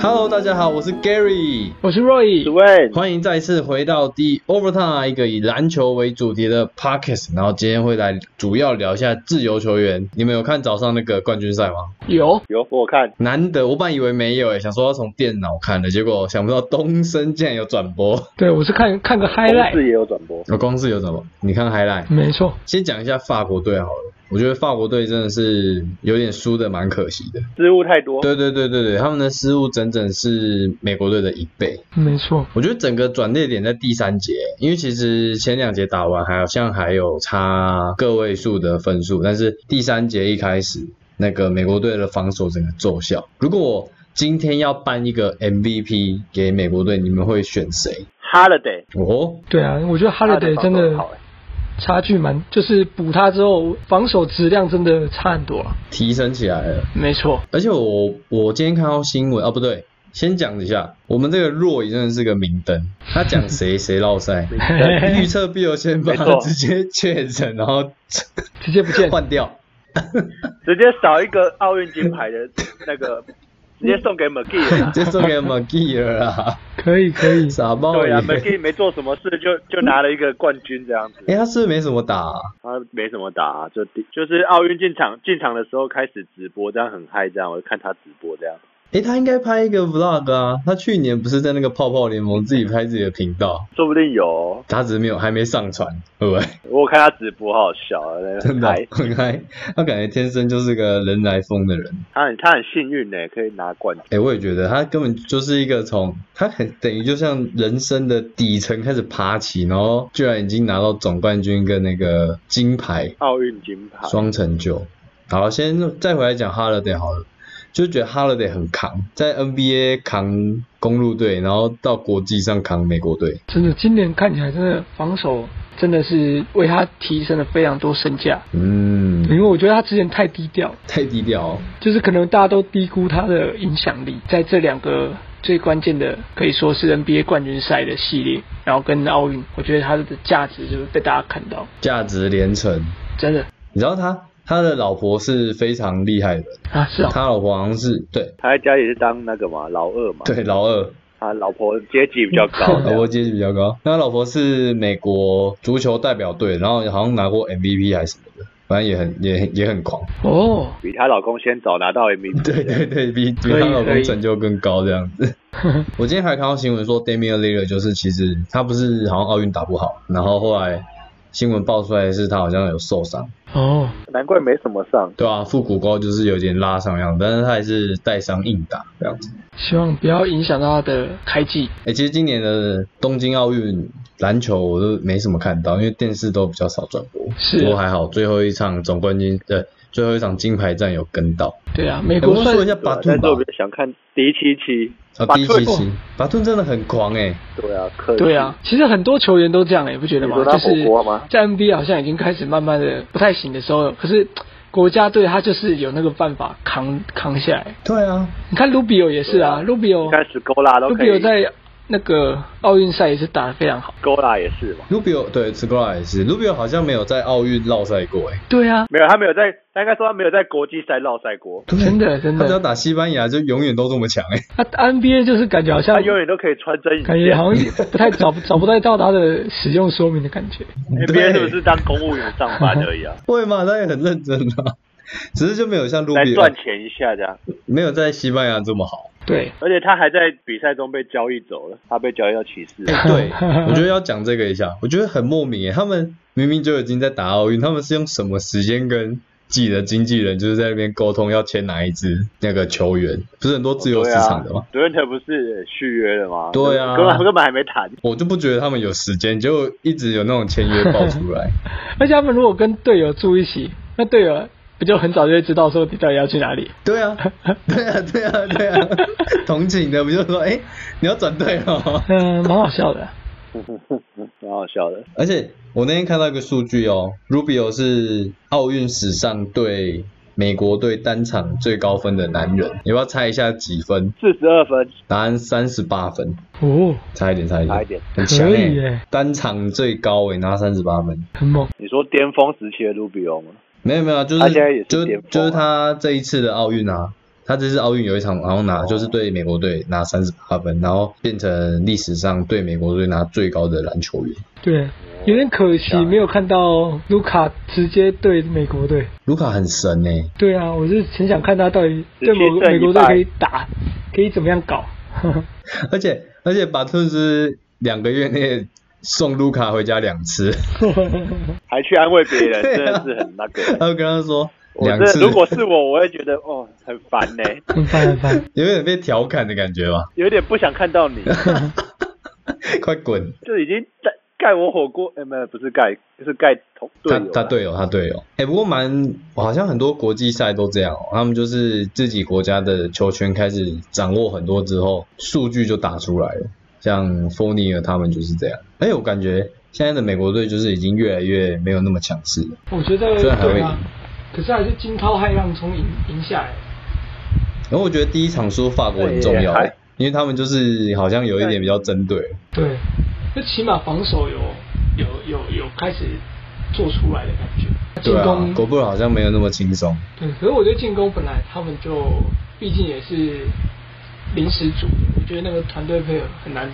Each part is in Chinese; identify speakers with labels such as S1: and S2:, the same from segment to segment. S1: Hello，大家好，我是 Gary，
S2: 我是 Roy，
S3: 喂，
S1: 欢迎再次回到 The Overtime 一个以篮球为主题的 Podcast，然后今天会来主要聊一下自由球员。你们有看早上那个冠军赛吗？
S2: 有
S3: 有我有看，
S1: 难得，我本来以为没有诶，欸想说要从电脑看的，结果想不到东升竟然有转播。
S2: 对我是看看个
S3: 公视
S2: highlight，
S3: 也有转播，
S1: 我光是有什么？你看 highlight，
S2: 没错，
S1: 先讲一下法国队好了。我觉得法国队真的是有点输的蛮可惜的。
S3: 失误太多，
S1: 对对对对对，他们的失误整整是美国队的一倍。
S2: 没错，
S1: 我觉得整个转捩点在第三节，因为其实前两节打完好像还有差个位数的分数，但是第三节一开始，那个美国队的防守整个奏效。如果今天要颁一个 MVP 给美国队，你们会选谁？
S3: ，Holiday，
S1: 哦，
S2: 对啊，我觉得 Holiday 真
S3: 防守好
S2: 的
S3: 哎
S2: 差距蛮，就是补他之后防守质量真的差很多了，
S1: 提升起来了。
S2: 没错，
S1: 而且我我今天看到新闻啊，不对，先讲一下，我们这个若已真的是个明灯，他讲谁谁落 赛，预测必有先发
S3: 没错，
S1: 直接确诊，然后
S2: 直接不见，
S1: 换掉。
S3: 直接少一个奥运金牌的那 个，直接送给 McGee 了啦。
S1: 就送给 McGee 了啦，
S2: 可以可以，
S1: 啊傻帽
S3: 对
S1: 耶！
S3: 啊
S1: 哎、
S3: ，McGee 没做什么事就就拿了一个冠军这样子，
S1: 他是不是没什么打、啊？
S3: 他没什么打、啊，就就是奥运进场进场的时候开始直播，这样很嗨，这样我就看他直播这样。
S1: 哎、他应该拍一个 vlog 啊。他去年不是在那个泡泡联盟自己拍自己的频道，
S3: 说不定有哦，
S1: 他只是没有还没上传，对不对？
S3: 我有看他直播，好好笑啊，那 个
S1: 真
S3: 很
S1: 的
S3: 嗨。
S1: 很嗨，他感觉天生就是个人来疯的人。
S3: 他很他很幸运呢，可以拿冠军。
S1: 哎、我也觉得他根本就是一个从他很等于就像人生的底层开始爬起，然后居然已经拿到总冠军跟那个金牌，
S3: 奥运金牌，
S1: 双成就。好，先再回来讲 Holiday 好了，就觉得 Holiday 很扛，在 NBA 扛公路队，然后到国际上扛美国队。
S2: 真的今年看起来真的防守真的是为他提升了非常多身价，因
S1: 嗯，
S2: 为我觉得他之前太低调，
S1: 太低调、哦。
S2: 就是可能大家都低估他的影响力，在这两个最关键的可以说是 NBA 冠军赛的系列，然后跟奥运，我觉得他的价值就是被大家看到，
S1: 价值连城。
S2: 真的
S1: 你知道他他的老婆是非常厉害的人，
S2: 啊，是啊、
S1: 他老婆好像是对
S3: 他在家里是当那个嘛老二嘛，
S1: 对老二，
S3: 他老婆阶级比较高，
S1: 老婆阶级比较高。那他老婆是美国足球代表队，然后好像拿过 MVP 还是什么的，反正也很也很也很狂。
S2: 哦，
S3: 比她老公先早拿到 MVP。
S1: 对对对，比比
S2: 可以
S1: 她老
S2: 可
S1: 公
S2: 以
S1: 成就更高这样 子。我今天还看到新闻说，Damian Lillard 就是其实他不是好像奥运打不好，然后后来新闻爆出来是他好像有受伤，
S2: 哦，
S3: 难怪没什么上。
S1: 对啊，腹股沟就是有点拉伤一样，但是他还是带伤硬打这样子。
S2: 希望不要影响到他的开季，
S1: 哎、其实今年的东京奥运篮球我都没什么看到，因为电视都比较少转播。
S2: 是
S1: 不过还好，最后一场总冠军呃最后一场金牌战有跟到。
S2: 对啊，美
S1: 欸、我
S2: 国
S1: 们
S2: 算
S1: 说一下
S3: 对
S1: 巴
S3: 啊
S1: 顿
S3: 但是
S1: 吧
S3: 我比，较想看第七期。
S1: 啊、
S3: 巴
S1: 第一
S3: 顿
S1: 期期，巴顿真的很狂哎、
S3: 对啊，客
S2: 对啊，其实很多球员都这样、欸，你不觉得
S3: 你
S2: 吗
S3: 说？
S2: 就
S3: 他
S2: 是
S3: 火锅吗
S2: 在 NBA 好像已经开始慢慢的不太行的时候，可是国家队他就是有那个办法扛扛下来。
S1: 对啊，
S2: 你看卢比奥也是啊，
S3: 对啊
S2: 卢比奥
S3: 气，开始勾拉都
S2: 卢
S3: 可
S2: 比奥
S3: 以，
S2: 在那个奥运赛也是打得非常好。
S3: 勾拉也是嘛。
S1: 卢比奥对 s c o l a 也是，卢比奥好像没有在奥运落赛过哎、
S2: 对啊，
S3: 没有，他没有在，他应该说他没有在国际赛绕赛
S1: 哦
S3: 过，
S2: 真的真
S1: 他只要
S2: 的，啊
S1: 打西班牙就永远都这么强 哎、
S2: 他 NBA 就是感觉好像
S3: 他永远都可以穿针引
S2: 感觉
S3: 线。
S2: 好像不太找不找不太到他的使用说明的感觉。
S3: NBA 是不是当公务员上班 而已啊？
S1: 会吗？他也很认真啊，只是就没有像卢
S3: 来
S1: 比奥
S3: 赚钱一下这样，
S1: 没有在西班牙这么好。
S2: 对，
S3: 而且他还在比赛中被交易走了，他被交易到骑士 了。
S1: 哎、对，我觉得要讲这个一下，我觉得很莫名哎、他们明明就已经在打奥运，他们是用什么时间跟？自己的经纪人就是在那边沟通要签哪一支那个球员，不是很多自由市场的吗？
S3: 昨天他啊不是续约了吗？
S1: 对啊
S3: 根本根本还没谈。
S1: 我就不觉得他们有时间，结果一直有那种签约爆出来。
S2: 而且他们如果跟队友住一起，那队友不就很早就会知道说你到底要去哪里？
S1: 对啊，对啊，对啊，对啊，同情的不就说，哎、你要转队哦了。
S2: 嗯，蛮好笑的。
S3: 蛮好笑的。
S1: 而且我那天看到一个数据哦，Rubio 是奥运史上对美国队单场最高分的男人，你要不要猜一下几分？
S4: 四十二分，
S1: 答案三十八分，
S2: 哦，
S1: 差一点，差一
S4: 差一
S1: 点，
S4: 点。
S1: 很强
S2: 可
S1: 哎、
S2: 以欸
S1: 单场最高哎、拿三十八分。
S2: 很猛，
S4: 你说巅峰时期的卢比欧吗？
S1: 没有没有啊，就
S4: 他现在也是
S1: 是就
S4: 巅峰啊
S1: 就是他这一次的奥运啊，他这次奥运有一场好像拿、
S4: 哦
S1: 就是对美国队拿三十八分，然后变成历史上对美国队拿最高的篮球员。
S2: 对，有点可惜没有看到卢卡直接对美国队。
S1: 卢卡很神哎、
S2: 对啊，我是很想看他到底对美
S4: 17胜
S2: 美国队
S4: 100
S2: 可以打，可以怎么样 搞。
S1: 而且而且把特斯两个月内送卢卡回家两次，
S4: 还去安慰别人，
S1: 对啊
S4: 真的是很那个。
S1: 他就跟他说
S4: 我
S1: 两
S4: 这
S1: 次，
S4: 如果是我，我会觉得哦很烦呢、
S2: 很烦很烦，
S1: 有点被调侃的感觉吧，
S4: 有点不想看到 你，
S1: 快滚！
S4: 就已经在盖我火锅，哎、没有不是盖，就是盖同队
S1: 他
S4: 友啦。啊
S1: 他队友，他队友。哎、不过蛮好像很多国际赛都这样、哦，他们就是自己国家的球权开始掌握很多之后，数据就打出来了。像 f o n i e r 他们就是这样。哎、我感觉现在的美国队就是已经越来越没有那么强势了。
S2: 我觉得
S1: 虽然还会
S2: 对啊，可是还是惊涛骇浪中赢赢下来。
S1: 然后我觉得第一场输法国很重要、哦
S4: 哎对还哎
S1: 因为他们就是好像有一点比较针对。
S2: 对，就起码防守有有有有开始做出来的感觉，进
S1: 对啊
S2: 攻，
S1: 国布好像没有那么轻松。
S2: 对，可是我觉得进攻本来他们就毕竟也是临时组的，我觉得那个团队配合很难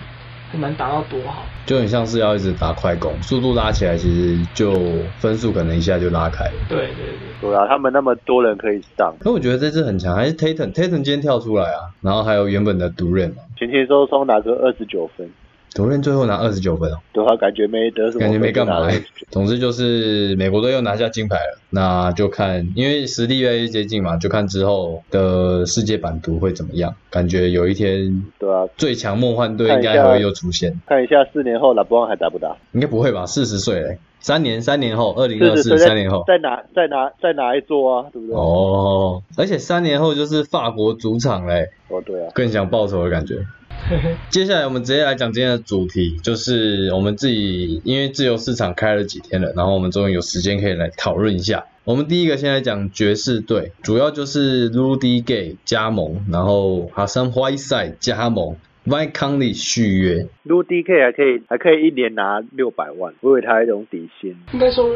S2: 很难达到多好。
S1: 就很像是要一直打快攻，速度拉起来，其实就分数可能一下就拉开了。
S2: 对对对，
S4: 对啊，他们那么多人可以上，
S1: 可我觉得这次很强，还是 Tatum，Tatum 今天跳出来啊，然后还有原本的独任嘛，
S4: 轻轻松松拿个二十九分，
S1: 独任最后拿二十九分哦，
S4: 对啊，感觉没得什么
S1: 感觉
S4: 分
S1: 没
S4: 就
S1: 干
S4: 拿
S1: 嘛、
S4: 了
S1: 欸。总之就是美国队又拿下金牌了，那就看因为实力越来越接近嘛，就看之后的世界版图会怎么样。感觉有一天
S4: 对啊，
S1: 最强梦幻队
S4: 看
S1: 应
S4: 一下
S1: 该还会又出现，
S4: 看一下四年后拉布旺还打不打？
S1: 应该不会吧？四十岁嘞，三年，三年后，二零二
S4: 是
S1: 四，
S4: 是，
S1: 三年后。
S4: 再拿再拿再拿一座啊，对不对？
S1: 哦，而且三年后就是法国主场嘞，
S4: 哦，对啊，
S1: 更想报仇的感觉。
S2: 嘿嘿，
S1: 接下来我们直接来讲今天的主题，就是我们自己因为自由市场开了几天了，然后我们终于有时间可以来讨论一下。我们第一个先来讲爵士队，主要就是 Rudy Gay 加盟，然后 Hassan Whiteside 加盟，Mike Conley 续约。
S4: 撸 DK 还可以还可以一年拿六百万，我以为他一种底薪。
S2: 应该说。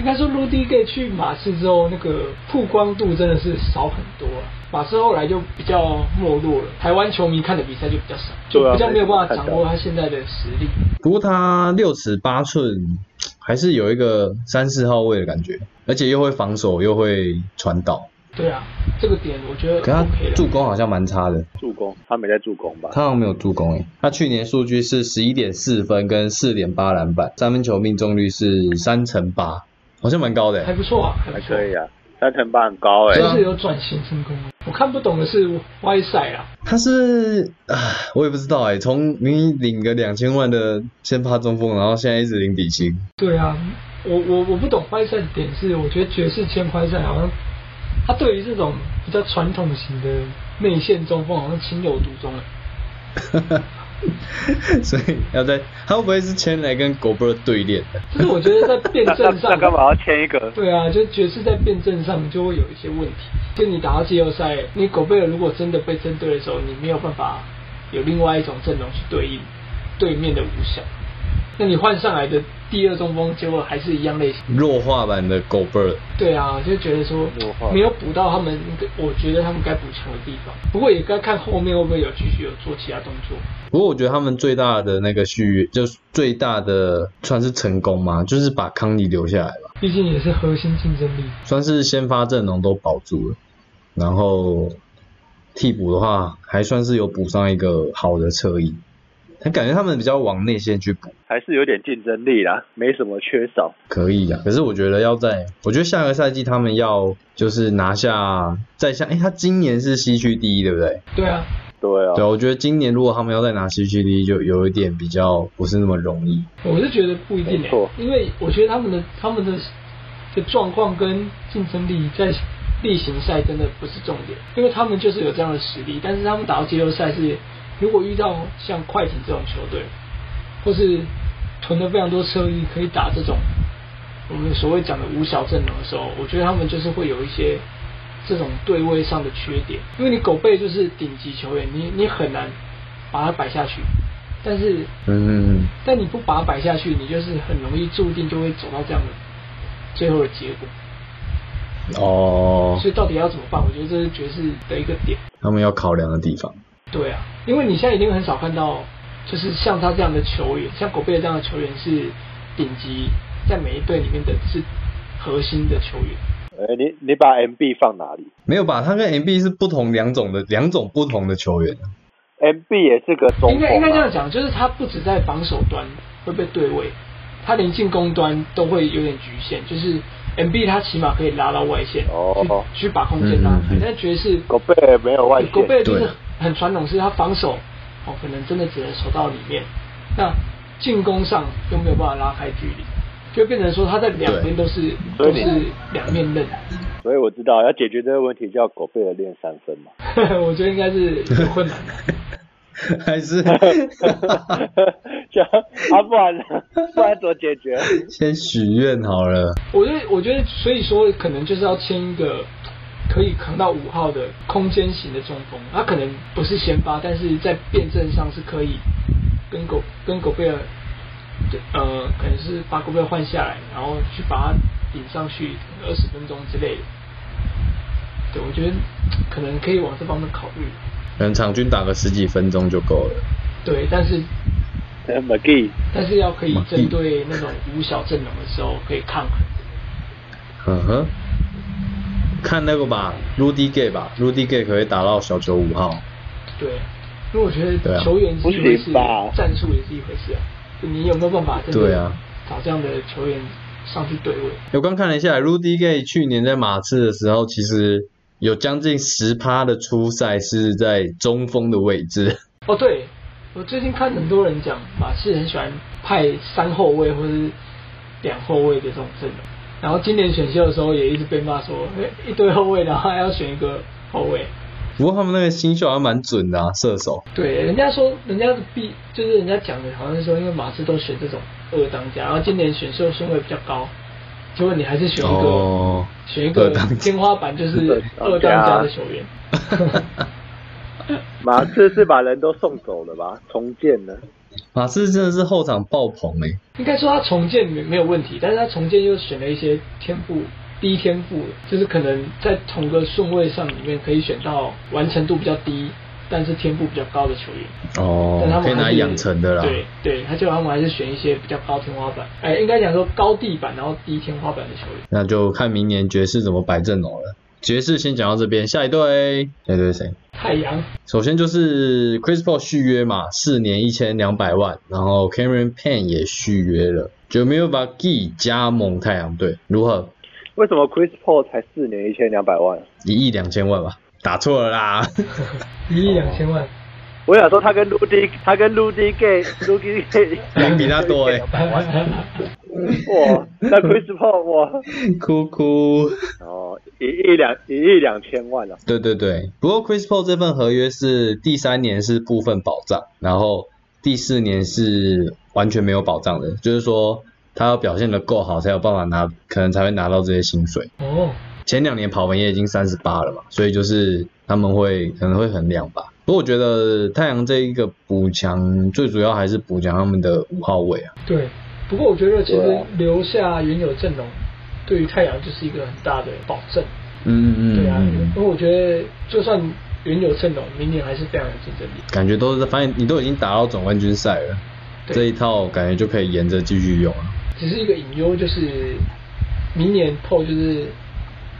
S2: 应该说，陆地 gay 去马刺之后，那个曝光度真的是少很多啊。马刺后来就比较没落了，台湾球迷看的比赛就比较少，就
S4: 对啊
S2: 比较没有办法掌
S4: 没什
S2: 握
S4: 么看到
S2: 他现在的实力。
S1: 不过他六尺八寸，还是有一个三四号位的感觉，而且又会防守又会传导，
S2: 对啊，这个点我觉得
S1: 可他
S2: OK 了。
S1: 助攻好像蛮差的。
S4: 助攻，他没在助攻吧？
S1: 他好像没有助攻诶，他去年数据是十一点四分跟四点八篮板，三分球命中率是三成八，好像蛮高的欸
S2: 还
S1: 诶。
S2: 不错啊，还不
S4: 还
S2: 错。
S4: 可以啊，三成八很高哎、
S1: 对
S2: 就
S1: 啊
S2: 是有转型成功。啊我看不懂的是外赛啊，
S1: 他是啊，我也不知道诶，从明明领个两千万的先发中锋，然后现在一直领底薪，
S2: 对啊，我我我不懂外赛的点是，我觉得爵士签外赛好像他对于这种比较传统型的内线中锋好像情有独钟啊了。
S1: 所以要在他会不会是签来跟狗 o 对练的？
S2: 就是我觉得 在辩
S4: 那
S2: 证
S4: 那那
S2: 上，
S4: 干嘛要签一个？
S2: 对啊，就爵士在辩证上就会有一些问题。就你打到季后赛，你狗贝尔如果真的被针对的时候，你没有办法有另外一种阵容去对应对面的五小，那你换上来的第二中锋，结果还是一样类型。
S1: 弱化版的狗 o
S2: 对啊，就觉得说
S4: 弱化
S2: 没有补到他们，我觉得他们该补强的地方。不过也该看后面会不会有继续有做其他动作。
S1: 不过我觉得他们最大的那个续约，就是最大的算是成功嘛，就是把康利留下来吧。
S2: 毕竟也是核心竞争力。
S1: 算是先发阵容都保住了，然后替补的话还算是有补上一个好的侧翼，但感觉他们比较往内线去补，
S4: 还是有点竞争力啦，没什么缺少。
S1: 可以啊。可是我觉得要在，我觉得下个赛季他们要就是拿下再下，诶，他今年是西区第一，对不对？
S2: 对啊，
S4: 对啊，
S1: 对啊，我觉得今年如果他们要再拿西区第一，就有一点比较不是那么容易。
S2: 我是觉得不一定、
S4: 没
S2: 欸
S4: 错，
S2: 因为我觉得他们的他们的的状况跟竞争力在例行赛真的不是重点，因为他们就是有这样的实力，但是他们打到季后赛是，如果遇到像快艇这种球队，或是囤了非常多车衣可以打这种我们所谓讲的五小阵容的时候，我觉得他们就是会有一些这种对位上的缺点，因为你狗贝就是顶级球员，你你很难把他摆下去，但是
S1: 嗯嗯
S2: 但你不把它摆下去，你就是很容易注定就会走到这样的最后的结果。
S1: 嗯，哦
S2: 所，以到底要怎么办？我觉得这是爵士的一个点。
S1: 他们要考量的地方。
S2: 对啊，因为你现在已经很少看到，就是像他这样的球员，像狗贝尔这样的球员是顶级，在每一队里面的是核心的球员。
S4: 哎、你你把 MB 放哪里
S1: 没有吧？他跟 MB 是不同两种的两种不同的球员。
S4: ？MB 也是个中
S1: 啊
S2: 应
S4: 锋啊嘛
S2: 该应该这样讲，就是他不止在防守端会被对位，他连进攻端都会有点局限。就是 M B 他起码可以拉到外线，
S4: 哦
S2: 去去把空间拉开
S1: 嗯嗯嗯。
S2: 但爵士
S4: 狗贝尔没有外线，
S2: 狗贝尔就是
S1: 对
S2: 很传统，是他防守哦，可能真的只能守到里面，那进攻上又没有办法拉开距离，就变成说他在两边都是
S4: 所
S2: 都
S4: 以你
S2: 是两面刃。
S4: 所以我知道要解决这个问题就要狗贝尔练三分 嘛。
S2: 我觉得应该是有困难的。
S1: 还是
S4: 就啊，不然呢不然怎么解决？
S1: 先许愿好了。
S2: 我觉得，我觉得，所以说可能就是要签一个可以扛到五号的空间型的中锋，他可能不是先发，但是在辩证上是可以跟狗跟狗贝尔，对呃，可能是把狗贝尔换下来，然后去把他顶上去二十分钟之类的。对，我觉得可能可以往这方面考虑。
S1: 可能场均打个十几分钟就够了。
S2: 对，但是
S4: 呃 McGee
S2: 但是要可以
S1: 马蒂
S2: 针对那种五小阵容的时候可以抗衡。
S1: 嗯哼，看那个吧，Rudy Gay 吧，Rudy Gay 可以打到小球五号。
S2: 对，因为我觉
S1: 对
S2: 得
S1: 啊
S2: 球员是一回事
S4: 不行吧，
S2: 战术也是一回事啊。就你有没有办法真
S1: 对
S2: 的
S1: 啊
S2: 找这样的球员上去对位？
S1: 我刚看了一下，Rudy Gay 去年在马刺的时候，其实有将近十趴的出赛是在中锋的位置。
S2: 哦，对，我最近看很多人讲马刺很喜欢派三后卫或是两后卫的这种阵容，然后今年选秀的时候也一直被骂说，哎一堆后卫，然后还要选一个后卫。
S1: 不过他们那个新秀还蛮准的啊，射手。
S2: 对，人家说，人家的必就是人家讲的，好像是说，因为马刺都选这种二当家，然后今年选秀顺位比较高，结果你还是选一个、
S1: 哦
S2: 选一个
S1: 二当家
S2: 天花板就是二当家的球员。
S4: 马刺是把人都送走了吧？重建呢？
S1: 马刺真的是后场爆棚欸诶、
S2: 应该说他重建没没有问题，但是他重建又选了一些天赋低天赋，就是可能在同个顺位上里面可以选到完成度比较低，但是天赋比较高的球员。但他
S1: 哦
S2: 们，
S1: 可以拿
S2: 还
S1: 来
S2: 是
S1: 养成的啦。
S2: 对对，他就他们还是选一些比较高天花板，哎、应该讲说高地板然后低天花板的球员。
S1: 那就看明年爵士怎么摆阵容了。爵士先讲到这边，下一队，下一队是谁？
S2: 太阳
S1: 首先就是 Chris Paul 续约嘛，四年一千两百万，然后 Cameron Payne 也续约了 j a m i l b a g i 加盟太阳队，如何？
S4: 为什么 Chris Paul 才四年一千两百万？
S1: 一亿两千万吧？打错了啦，
S2: 一亿两千万，
S4: 我想说他跟 Rudy，他跟 Rudy Gay Rudy Gay
S1: 你比他多欸 诶、哦
S4: 哇，那 Chris Paul 哇，
S1: 哭哭。
S4: 哦，一亿两一亿两千万啊，
S1: 对对对，不过 Chris Paul 这份合约是第三年是部分保障，然后第四年是完全没有保障的，就是说他要表现的够好才有办法拿，可能才会拿到这些薪水。
S2: 哦，
S1: 前两年跑完也已经三十八了嘛，所以就是他们会可能会衡量吧。不过我觉得太阳这一个补强最主要还是补强他们的五号位啊。
S2: 对。不过我觉得其
S4: 对
S2: 实
S4: 啊
S2: 留下原有阵容，对于太阳就是一个很大的保证。
S1: 嗯嗯
S2: 对啊，
S1: 嗯
S2: 因
S1: 嗯，
S2: 为我觉得就算原有阵容，明年还是非常有竞争力。
S1: 感觉都是反正你都已经打到总冠军赛了，
S2: 对
S1: 这一套感觉就可以沿着继续用啊。
S2: 只是一个隐忧，就是明年 PO 就是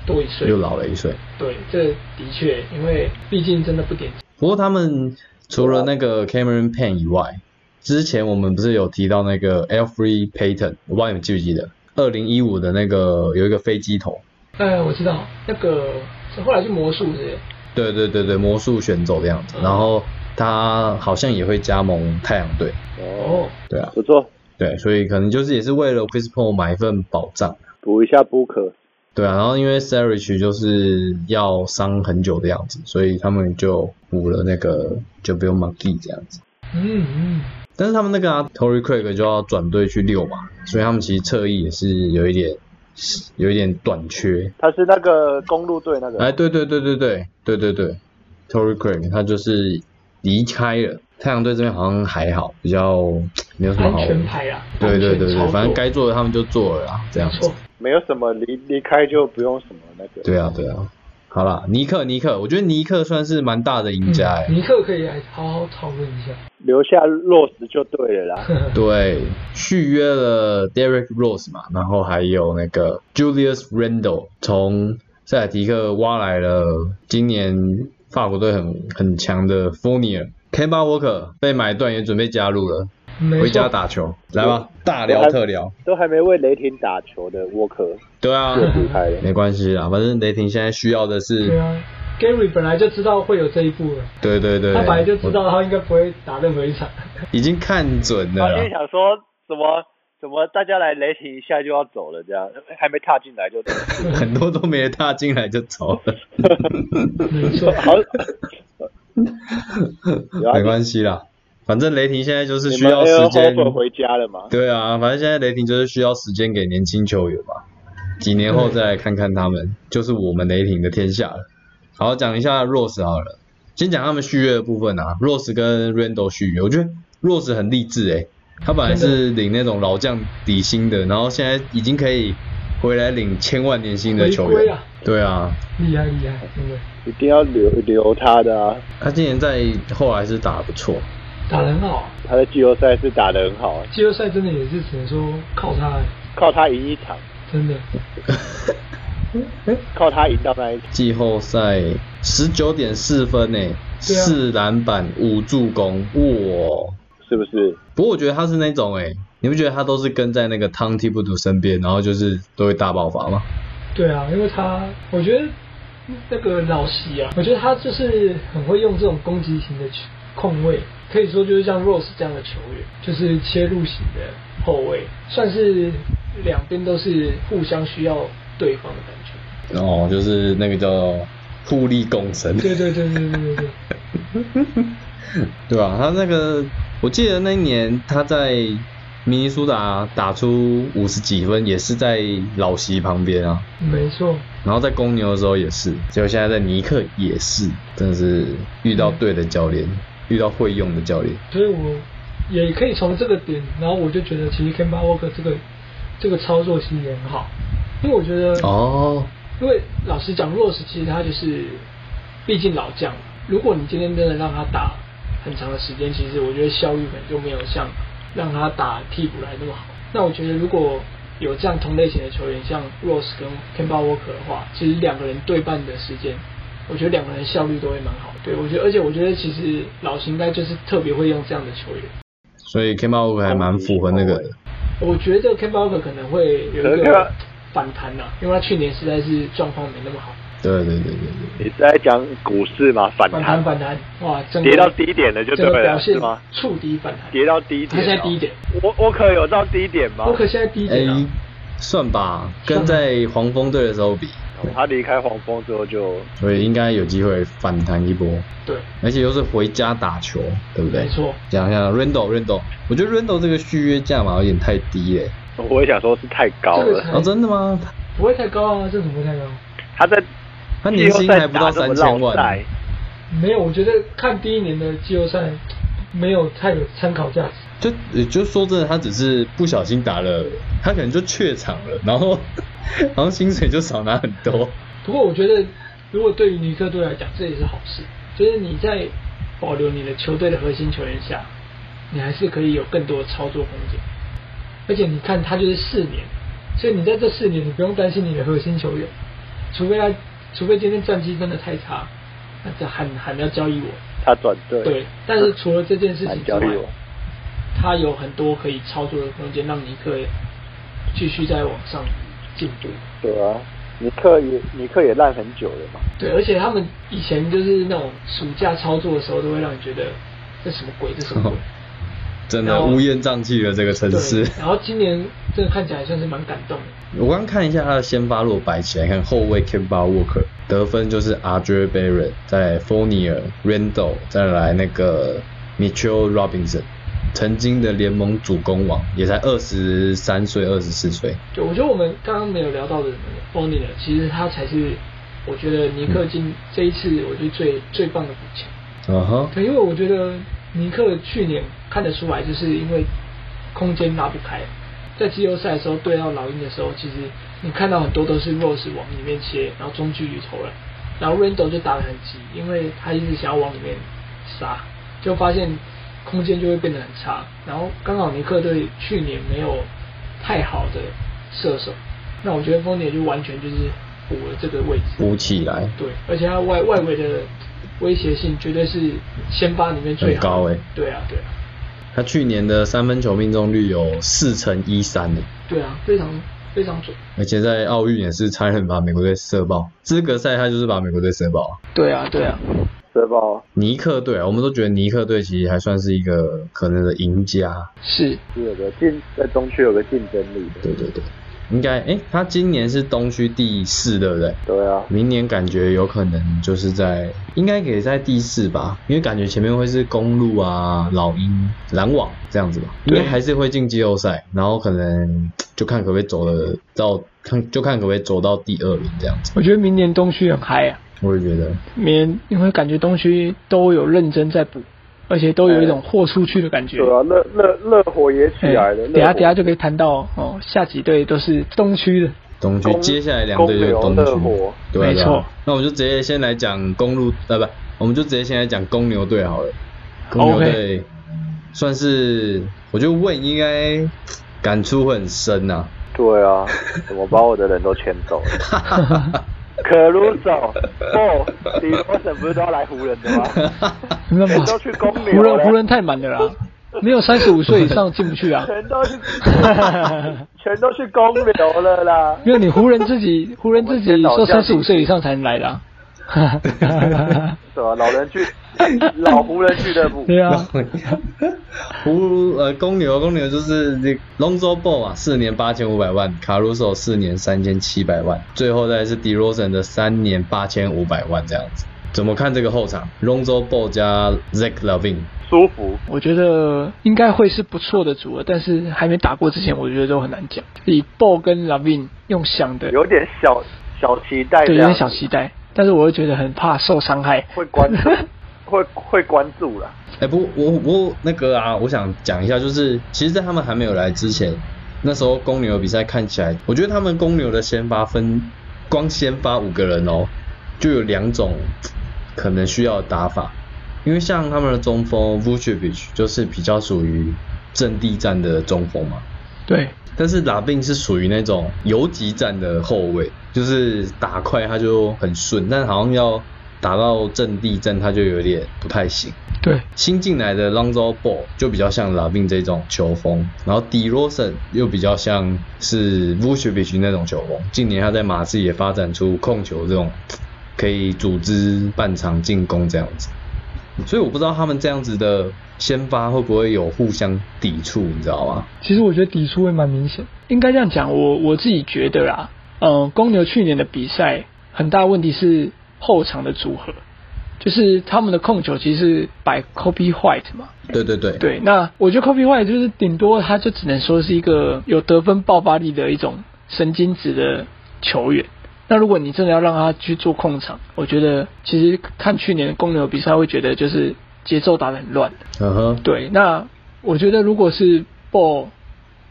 S2: 多一岁，
S1: 又老了一岁。
S2: 对，这的确，因为毕竟真的不点
S1: 不过他们除了那个 Cameron Payne 以外，之前我们不是有提到那个 Alfred Payton，我不知道你们记不记得？二零一五的那个有一个飞机头，
S2: 哎，我知道那个是后来去魔术的，
S1: 对对对对，魔术选走的样子。
S2: 嗯
S1: 然后他好像也会加盟太阳队，
S4: 哦
S2: 哦，，
S1: 对啊，
S4: 不错，
S1: 对，所以可能就是也是为了 Chris Paul 买一份保障，
S4: 补一下 Booker，
S1: 对啊。然后因为 Sarich 就是要伤很久的样子，所以他们就补了那个就不用 McGee 这样子。
S2: 嗯嗯，
S1: 但是他们那个啊，Tory Craig 就要转队去六嘛，所以他们其实侧翼也是有一点有一点短缺。
S3: 他是那个公路队那个，
S1: 哎，对对对对对对对对，Tory Craig 他就是离开了太阳队这边，好像还好，比较没有什么
S2: 安
S1: 好。
S2: 全牌啊，
S1: 对对对
S2: 安全操
S1: 对，
S2: 作
S1: 反正该做的他们就做了啊啦，这样
S2: 没
S1: 子
S2: 错。，
S3: 没有什么离离开就不用什么那个。
S1: 对啊对啊，好啦，尼克尼克，我觉得尼克算是蛮大的赢家哎、
S2: 嗯尼克可以来好好讨论一下。
S3: 留下落实就对了啦。
S1: 对，续约了 Derek Rose 嘛，然后还有那个 Julius Randle，从塞尔提克挖来了今年法国队很很强的 Fournier。Kemba Walker 被买断也准备加入了，
S2: 没
S1: 回家
S2: 错，
S1: 打球，来吧，大聊特聊。
S3: 都还没为雷霆打球的沃克
S1: 对啊，
S3: 厉害了，
S1: 没关系啦，反正雷霆现在需要的
S2: 对
S1: 是，
S2: 啊，Gary 本来就知道会有这一步了，
S1: 对对对，
S2: 他本来就知
S1: 我
S2: 道他应该不会打任何 一场。
S1: 已经看准了
S3: 他就
S1: 啦。
S3: 想说怎么怎么大家来雷霆一下就要走了，这样还没踏进来就走，
S1: 很多都没踏进来就走了，
S2: 没错，
S3: 好，有啊
S1: 没关系啦，反正雷霆现在就是
S3: 你
S1: 需
S3: 们
S1: 要
S3: Al
S1: 时间
S3: Horford 回家了嘛？
S1: 对啊，反正现在雷霆就是需要时间给年轻球员嘛，几年后再来看看他们，就是我们雷霆的天下了。好，讲一下 Rose 好了，先讲他们续约的部分啊，Rose 跟 Randall 续约，我觉得 Rose 很励志诶、欸他本来是领那种老将底薪的，然后现在已经可以回来领千万年薪的球
S2: 回归
S1: 员
S2: 啊，
S1: 对啊，
S2: 厉害厉害，真的
S3: 一定要留留他的啊！
S1: 他今年在后来是打得不错，
S2: 打得很好啊，
S3: 他在季后赛是打得很好，啊
S2: 季后赛真的也是只能说靠他，
S3: 靠他赢一场，
S2: 真的。
S3: 靠他赢到那一场。
S1: 季后赛十九点四分诶、
S2: 对啊
S1: 四篮板五助攻，哇！
S3: 是不是？
S1: 不过我觉得他是那种诶、你不觉得他都是跟在那个汤替补图身边，然后就是都会大爆发吗？
S2: 对啊，因为他，我觉得那个老席啊，我觉得他就是很会用这种攻击型的球控卫，可以说就是像 Rose 这样的球员，就是切入型的后卫，算是两边都是互相需要对方的感觉。
S1: 哦，就是那个叫互利共生。
S2: 对对对对对对 对，
S1: 对啊，他那个我记得那一年他在明尼苏达打出五十几分，也是在老席旁边啊。
S2: 没错，
S1: 然后在公牛的时候也是，结果现在在尼克也是，真的是遇到对的教练，遇到会用的教练。
S2: 所以我也可以从这个点，然后我就觉得其实 Kemba Walker 这个这个操作其实也很好，因为我觉得
S1: 哦，
S2: 因为老实讲，Rose 其实他就是，毕竟老将，如果你今天真的让他打很长的时间，其实我觉得效率可能就没有像让他打替补来那么好。那我觉得如果有这样同类型的球员，像 Rose 跟 Kemba Walker 的话，其实两个人对半的时间，我觉得两个人效率都会蛮好的。对我觉得，而且我觉得其实老邢应该就是特别会用这样的球员。
S1: 所以 k e m a 还蛮符合那个的。
S2: 我觉得 Kemba Walker 可能会有一
S3: 可是
S2: 个
S3: Kemba-
S2: 反弹呐、因为他去年实在是状况没那么好。
S1: 对对对对对。
S3: 你是在讲股市嘛？反
S2: 反弹
S3: 弹，
S2: 反弹，哇，整个
S3: 跌到低点了就
S2: 整
S3: 对
S2: 个
S3: 了，
S2: 表
S3: 是
S2: 现
S3: 吗？
S2: 触底反弹，
S3: 跌到低点、啊
S2: 它现在低点。
S3: 我我可有到低点吗？
S2: 我可现在低
S1: 哎、
S2: 点啊，
S1: 算吧，跟在黄蜂队的时候比，
S3: 他离开黄蜂之后就
S1: 所以应该有机会反弹一波，
S2: 对，
S1: 而且又是回家打球，对不对？
S2: 没错。
S1: 讲一下 Randall Randall，我觉得 Randall 这个续约价码有点太低嘞、
S3: 我也想说是太高
S2: 这个
S3: 了，
S2: 才
S1: 哦，真的吗？
S2: 不会太高啊，这怎么会太高？
S3: 他在
S1: 他
S3: 季
S1: 年
S3: 后
S1: 薪
S3: 赛
S1: 还不
S3: 打
S1: 到
S3: 这
S1: 三
S3: 么
S1: 千
S3: 绕
S1: 万
S3: 赛，，
S2: 没有，我觉得看第一年的季后赛没有太有参考价值，
S1: 就也就说真的，他只是不小心打了，他可能就怯场了，然后然后薪水就少拿很多。
S2: 不过我觉得如果对于尼克队来讲，这也是好事，就是你在保留你的球队的核心球员下，你还是可以有更多的操作空间，而且你看他就是四年，所以你在这四年你不用担心你的核心球员，除非他除非今天战绩真的太差，那这喊喊要交易我。
S3: 他转队，
S2: 对，但是除了这件事情之
S3: 交
S2: 外
S3: 易我，
S2: 它有很多可以操作的空间，让尼克继续在往上进步。
S3: 对啊，尼克也尼克也烂很久了嘛，
S2: 对，而且他们以前就是那种暑假操作的时候，都会让你觉得这什么鬼，这什么鬼。
S1: 真
S2: 然
S1: 的
S2: 后
S1: 乌烟瘴气的这个城市
S2: 对，，然后今年真的看起来算是蛮感动 的。
S1: 我刚看一下他的先发落白起来，看后卫 Kemba Walker 得分就是 a d r e Barrett，在 Fournier、Randall，再来那个 Mitchell Robinson，曾经的联盟主攻王，也才二十三岁、二十四岁。
S2: 对，我觉得我们刚刚没有聊到的 o n i 其实他才是我觉得尼克今这一次我觉得最最棒的补强。
S1: 嗯哼，
S2: 对，因为我觉得尼克去年看得出来，就是因为空间拉不开，在季后赛的时候对到老鹰的时候，其实你看到很多都是 Rose 往里面切，然后中距离投篮，然后 Randle 就打得很急，因为他一直想要往里面杀，就发现空间就会变得很差。然后刚好尼克队去年没有太好的射手，那我觉得丰年就完全就是补了这个位置。
S1: 补起来
S2: 对，而且他外外围的威胁性绝对是先发里面最好的
S1: 很高欸
S2: 对啊，对啊，
S1: 他去年的三分球命中率有四乘一三呢，
S2: 对啊，非常非常准。
S1: 而且在奥运也是差点把美国队射爆。资格赛他就是把美国队射爆啊。
S2: 对啊，对啊，
S3: 对吧？
S1: 尼克队啊，我们都觉得尼克队其实还算是一个可能的赢家。
S2: 是
S3: 是有个竞在中区有个竞争力的，
S1: 对对对，应该诶，他今年是东区第四，对不对？
S3: 对啊，
S1: 明年感觉有可能就是在，应该可以在第四吧，因为感觉前面会是公路啊、老鹰、篮网这样子吧，应
S2: 对
S1: 该还是会进季后赛，然后可能就看可不可以走的到，看就看可不可以走到第二名这样子。
S2: 我觉得明年东区很嗨啊，
S1: 我也觉得，
S2: 明年你会感觉东区都有认真在补，而且都有一种豁出去的感觉。
S3: 对啊，热热热火也起来了，
S2: 哎
S3: 热
S2: 等下
S3: 火
S2: 等下就可以谈到哦，下几队都是东区的，
S1: 东区
S3: 公
S1: 接下来两队就是东
S3: 公牛热
S1: 区
S3: 火，
S1: 对啊
S2: 没
S1: 对啊
S2: 错
S1: 那我们就直接先来讲公路，呃不，我们就直接先来讲公牛队好了。公牛
S2: OK
S1: 队算是，我觉得问应该感触会很深 呐、
S3: 对啊，怎么把我的人都牵走了？
S1: 哈哈哈哈。
S3: 可哦鲁索、不，李罗森不是都要来湖人的吗？
S2: 那么
S3: 哎都去公牛
S2: 湖
S3: 了
S2: 人湖人太满了啦，没有三十五岁以上进不去 啊。
S3: 全都是全都去公牛了啦。
S2: 没有，你湖人自己湖人自己说
S3: 我
S2: 三
S3: 先
S2: 十五岁以上才能来的、啊。
S3: 什么啊老人 俱老湖人俱乐部？
S2: 对啊，
S1: 湖呃公牛公牛就是那 Lonzo Ball 啊，四年八千五百万，卡鲁索四年三千七百万，最后再是 DeRozan 的三年八千五百万这样子。怎么看这个后场？Lonzo Ball 加 Zach Levine，
S3: 舒服，
S2: 我觉得应该会是不错的组合，但是还没打过之前，我觉得都很难讲。以 Ball 跟 Lavin 用想的，
S3: 有点小小期待这
S2: 对，有
S3: 样
S2: 点，小期待，但是我又觉得很怕受伤害。
S3: 会关注，会会关注啦。
S1: 哎、不，我我那个啊，我想讲一下，就是其实，在他们还没有来之前，那时候公牛比赛看起来，我觉得他们公牛的先发分，光先发五个人哦，就有两种可能需要的打法，因为像他们的中锋 Vucevic 就是比较属于阵地战的中锋嘛，
S2: 对，
S1: 但是拉宾是属于那种游击战的后卫，就是打快他就很顺，但好像要打到阵地战他就有点不太行。
S2: 对，
S1: 新进来的 Lonzo Ball 就比较像 Lavin 这种球风，然后 d e r o s o n 又比较像是 Vucevic 那种球风。近年他在马刺也发展出控球这种可以组织半场进攻这样子，所以我不知道他们这样子的先发会不会有互相抵触，你知道吗？
S2: 其实我觉得抵触会蛮明显。应该这样讲，我我自己觉得啦，嗯，公牛去年的比赛很大问题是后场的组合，就是他们的控球其实是摆 Kobe White 嘛，
S1: 对对对，
S2: 对，那我觉得 Kobe White 就是顶多他就只能说是一个有得分爆发力的一种神经质的球员。那如果你真的要让他去做控场，我觉得其实看去年的公牛比赛会觉得就是节奏打得很乱。
S1: 嗯哼，
S2: 对，那我觉得如果是 Ball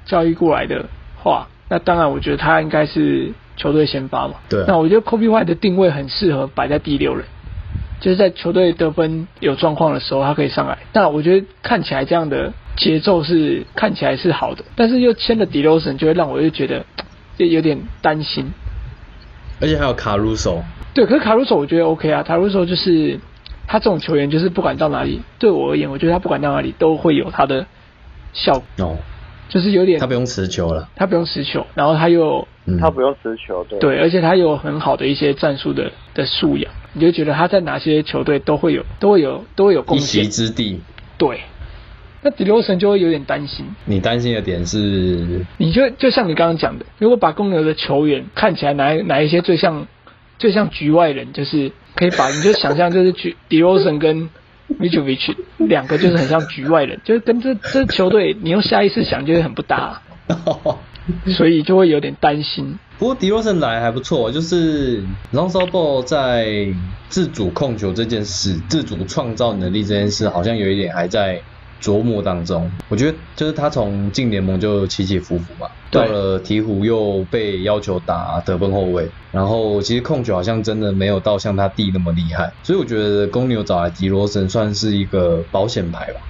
S2: 交易过来的话，那当然我觉得他应该是球队先发嘛。
S1: 对啊
S2: 那我觉得 Kobe White 的定位很适合摆在第六人，就是在球队得分有状况的时候，他可以上来。那我觉得看起来这样的节奏是看起来是好的，但是又签了 d e l o s o n 就会让我又觉得就有点担心。
S1: 而且还有 Caruso，
S2: 对，可是卡鲁索我觉得 OK 啊，卡鲁索就是他这种球员，就是不管到哪里，对我而言，我觉得他不管到哪里都会有他的效果，
S1: 哦，
S2: 就是有点
S1: 他不用持球了，
S2: 他不用持球，然后他又
S1: 嗯，
S3: 他不用持球，对，
S2: 对，而且他有很好的一些战术的的素养，你就觉得他在哪些球队都会有都会有都会有贡
S1: 一席
S2: 献。
S1: 之地。
S2: 对，那迪留神就会有点担心，
S1: 你担心的点是，
S2: 你就就像你刚刚讲的，如果把公牛的球员看起来哪哪一些最像最像局外人，就是可以把你就想象就是局迪罗森跟 m i t c h v i c 两个就是很像局外人，就是跟这这球队你用下意识想就是很不搭，所以就会有点担心。
S1: 不过 d e r o s e n 来还不错，就是 l o n g s o b a l l 在自主控球这件事、自主创造能力这件事，好像有一点还在琢磨当中。我觉得就是他从进联盟就起起伏伏嘛，到
S2: 对
S1: 了鹈鹕又被要求打得分后卫，然后其实控球好像真的没有到像他弟那么厉害，所以我觉得公牛找来 d e r o s e n 算是一个保险牌吧，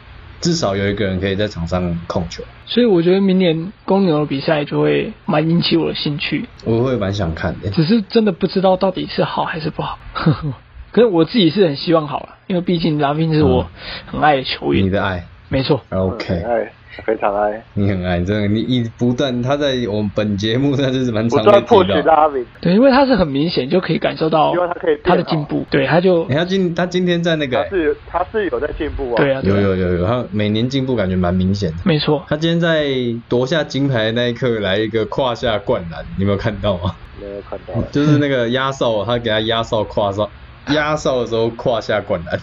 S1: 至少有一个人可以在场上控球，
S2: 所以我觉得明年公牛的比赛就会蛮引起我的兴趣，
S1: 我会蛮想看的。
S2: 只是真的不知道到底是好还是不好。 可是我自己是很希望好了，因为毕竟拉宾是我很爱的球员。
S1: 嗯你的爱
S2: 没错，
S1: ，OK。
S3: 爱，嗯哎非常爱，
S1: 你很爱，真的，你一不断他在我们本节目那就是蛮
S3: 不
S1: 常被
S3: 断
S1: 提
S3: 迫使
S1: 到。
S3: 拉比，
S2: 对，因为他是很明显就可以感受到
S3: 希望他可以变
S2: 他
S3: 好
S2: 的进步，对，他就
S1: 你看今哎他今天在那个、
S3: 他
S1: 欸
S3: 是他是有在进步啊。
S2: 对啊，对
S1: 有
S2: 啊，
S1: 有有有，他每年进步感觉蛮明显的。
S2: 没错，
S1: 他今天在夺下金牌的那一刻来一个胯下灌篮，你有没有看到吗？
S3: 没有看到了，
S1: 哦就是那个压哨，他给他压哨胯上，压哨的时候胯下灌篮。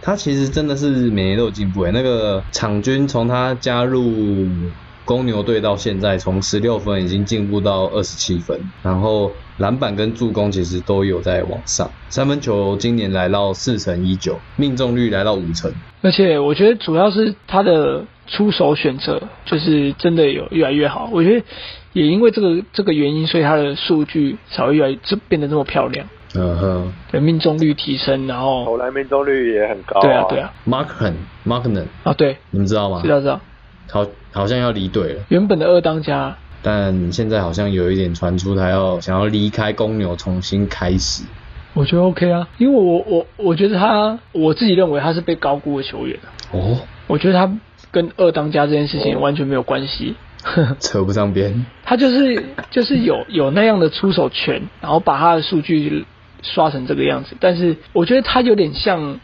S1: 他其实真的是每年都有进步诶，欸那个场均从他加入公牛队到现在，从十六分已经进步到二十七分，然后篮板跟助攻其实都有在往上，三分球今年来到四成一九，命中率来到五成，
S2: 而且我觉得主要是他的出手选择，就是真的有越来越好。我觉得也因为这个这个原因，所以他的数据才会越来就变得这么漂亮，
S1: 嗯哼
S2: 对，命中率提升，然
S3: 投
S2: 后
S3: 篮命中率也很高。
S2: 对啊对啊，
S1: ，Mark h e n Mark h e n
S2: 啊对，
S1: 你们知道吗
S2: 知？道知道，
S1: 好，好像要离队了，
S2: 原本的二当家，
S1: 但现在好像有一点传出他要想要离开公牛，重新开始。
S2: 我觉得 OK 啊，因为我我我觉得他我自己认为他是被高估的球员，
S1: 哦，
S2: 我觉得他跟二当家这件事
S3: 哦
S2: 情完全没有关系。
S1: 扯不上边。
S2: 他就是就是有有那样的出手权，然后把他的数据刷成这个样子。但是我觉得他有点像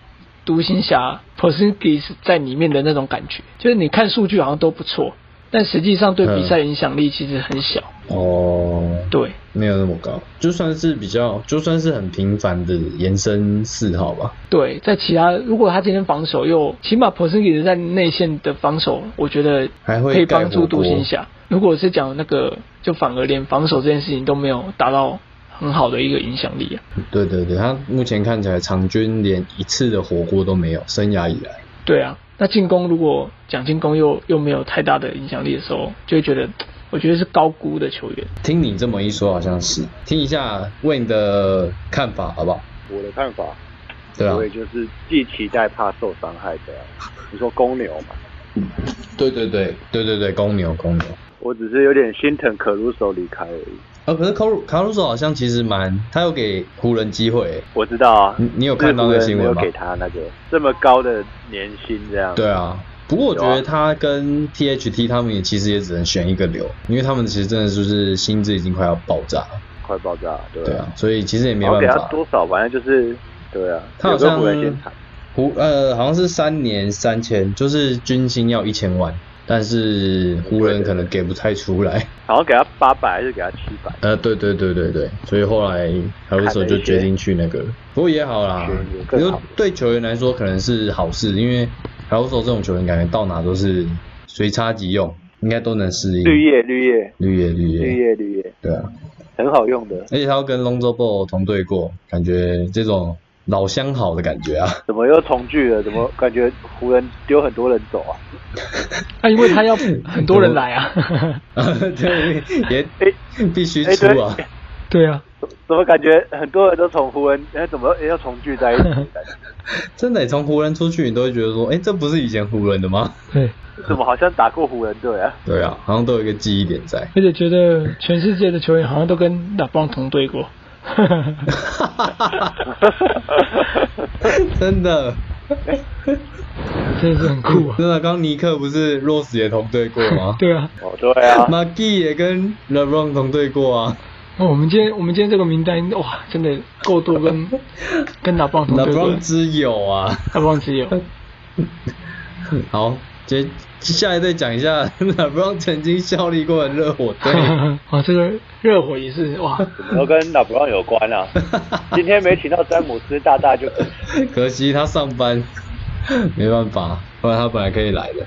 S2: 独行侠 p o s i n g i s 在里面的那种感觉，就是你看数据好像都不错，但实际上对比赛影响力其实很小。
S1: 哦，
S2: 对，
S1: 没有那么高，就算是比较，就算是很平凡的延伸四号吧。
S2: 对，在其他如果他今天防守又起码 p o s i n g i s 在内线的防守，我觉得
S1: 还会
S2: 可以
S1: 盖
S2: 帮助
S1: 火
S2: 独
S1: 锅
S2: 行侠。如果是讲那个，就反而连防守这件事情都没有达到很好的一个影响力啊。
S1: 对对对，他目前看起来场均连一次的火锅都没有，生涯以来。
S2: 对啊，那进攻如果讲进攻又又没有太大的影响力的时候，就会觉得我觉得是高估的球员。
S1: 听你这么一说，好像是。听一下为你的看法好不好？
S3: 我的看法，
S1: 对啊
S3: 我，也就是既期待怕受伤害的、啊。你说公牛嘛，
S1: 对对对对对对，公牛公牛。
S3: 我只是有点心疼可鲁手离开而已。
S1: 呃，可是卡鲁卡鲁索好像其实蛮，他有给湖人机会欸。
S3: 我知道啊，
S1: 你你有看到那个新闻吗
S3: 是湖人没有给他那个这么高的年薪这样。
S1: 对啊，不过我觉
S3: 有
S1: 得
S3: 啊
S1: 他跟 THT 他们也其实也只能选一个流，因为他们其实真的就是薪资已经快要爆炸了。
S3: 快爆炸，对
S1: 对啊，，所以其实也没
S3: 然
S1: 办
S3: 后给他
S1: 法。
S3: 多少，反正就是对啊，
S1: 他好
S3: 有跟
S1: 像
S3: 湖人先谈，
S1: 湖呃好像是三年三千，就是军薪要一千万，但是湖人可能给不太出来。
S3: 好像给他八百还是给他七百，
S1: 呃，对对对对对，所以后来还有手就决定去那个，不过也好啦
S3: 选一，个
S1: 因
S3: 更好
S1: 为对球员来说可能是好事，因为还有手这种球员感觉到哪都是随插即用，应该都能适应。
S3: 绿叶绿叶
S1: 绿叶绿
S3: 绿
S1: 叶，
S3: 叶绿叶，
S1: 对啊，
S3: 很好用的，
S1: 而且他要跟 Lonzo Ball 同队过，感觉这种老相好的感觉啊。
S3: 怎么又重聚了？怎么感觉湖人丢很多人走啊？
S2: 那、啊因为他要很多人来啊。
S1: 啊，对，也
S3: 哎
S1: 必须
S3: 哎
S1: 出
S3: 对
S1: 啊。
S2: 对啊，
S3: 怎么感觉很多人都从湖人，哎，怎么要重聚在 一起？感觉
S1: 真的，从湖人出去，你都会觉得说，哎、这不是以前湖人的吗？
S2: 对，
S3: 怎么好像打过湖人队啊？
S1: 对啊，好像都有一个记忆点在。
S2: 而且觉得全世界的球员好像都跟拉布朗同队 过。
S1: 真的，
S2: 真的是很酷啊！？
S1: 真的，刚尼克不是 Rose 也同队过吗
S2: 对啊，
S3: 哦，对啊，
S1: 马 g 也跟 LeBron 同队过啊
S2: 哦，我们今天我们今天这个名单哇，真的够多 跟跟拉布朗同队过
S1: ，LeBron
S2: 的，
S1: 之友啊。
S2: 拉布朗只 有
S1: 好，接下一队讲一下 LeBron 曾经效力过的热火队。
S2: 哇，这个热火也是哇，
S3: 怎么都跟老布朗有 关啊？今天没请到詹姆斯大大就可惜
S1: 可惜他上班，没办法，不然他本来可以来的，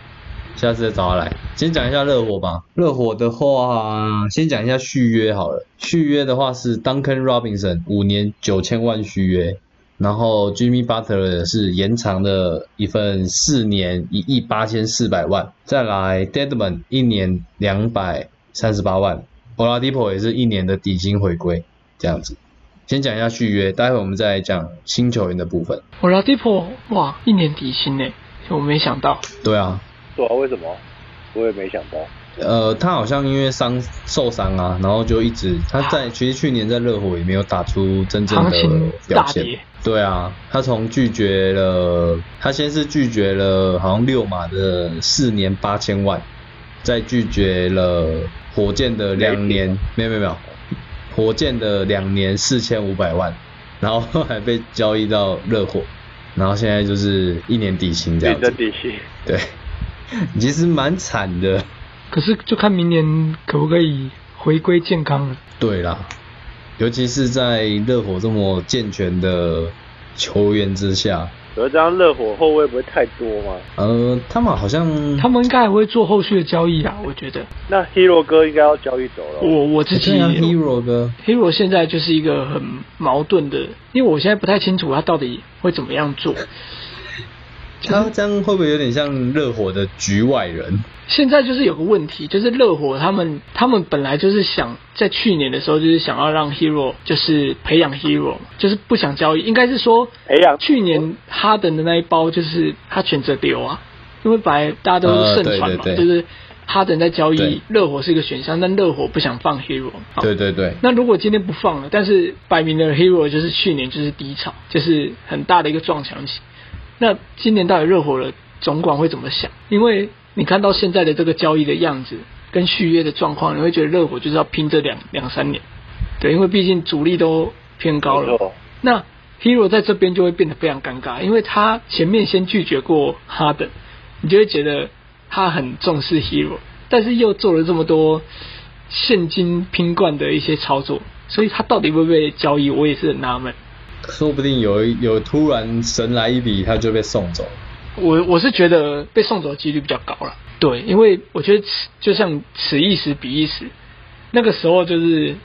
S1: 下次再找他来。先讲一下热火吧，热火的话，先讲一下续约好了。续约的话是 Duncan Robinson 五年九千万续约，然后 Jimmy Butler 是延长的一份四年一亿八千四百万，再来 Deadman 一年两百三十八万，Oladipo 也是一年的底薪回归，这样子。先讲一下续约，待会我们再讲新球员的部分。
S2: 我拉蒂普哇，一年底薪呢，我没想到。
S1: 对啊，
S3: 对啊，为什么？我也没想到。
S1: 呃，他好像因为伤受伤啊，然后就一直他在其实去年在热火也没有打出真正
S2: 行
S1: 的
S2: 情
S1: 表
S2: 大
S1: 现
S2: 跌。
S1: 对啊，他从拒绝了，他先是拒绝了好像六马的四年八千万，再拒绝了火箭的两年，没有没有没有，火箭的两年四千五百万，然后后来被交易到热火，然后现在就是一年底薪这
S3: 你
S1: 样
S3: 的
S1: 子，
S3: 底薪，
S1: 对， 其实蛮惨的。
S2: 可是就看明年可不可以回归健康了。
S1: 对啦，尤其是在热火这么健全的球员之下，
S3: 可是这样热火后卫不会太多吗？
S1: 呃，他们好像
S2: 他们应该还会做后续的交易啊，我觉得。
S3: 那 Hero 哥应该要交易走了。
S2: 我我自己
S1: 哦哎这样 Hero 哥，
S2: Hero 现在就是一个很矛盾的，因为我现在不太清楚他到底会怎么样做。
S1: 他这样会不会有点像热火的局外人？
S2: 现在就是有个问题，就是热火他们他们本来就是想在去年的时候就是想要让 Hero 就是培养 Hero，嘛就是不想交易，应该是说
S3: 培养
S2: 去年哈登的那一包就是他选择留啊，因为本来大家都
S1: 呃
S2: 盛传嘛，
S1: 对对对
S2: 就是哈登在交
S1: 对
S2: 易热火是一个选项，但热火不想放 Hero 好。
S1: 对对对，
S2: 那如果今天不放了，但是摆明了 Hero 就是去年就是低潮，就是很大的一个撞墙期。那今年到底热火的总管会怎么想？因为你看到现在的这个交易的样子跟续约的状况，你会觉得热火就是要拼这两两三年，对，因为毕竟主力都偏高
S3: 没
S2: 了
S3: 错。
S2: 那 Hero 在这边就会变得非常尴尬，因为他前面先拒绝过哈登，你就会觉得他很重视 Hero，但是又做了这么多现金拼冠的一些操作，所以他到底会不会交易，我也是很纳闷。
S1: 说不定有一有突然神来一笔，他就被送走。
S2: 我我是觉得被送走的几率比较高了。对，因为我觉得此就像此一时彼一时，那个时候就是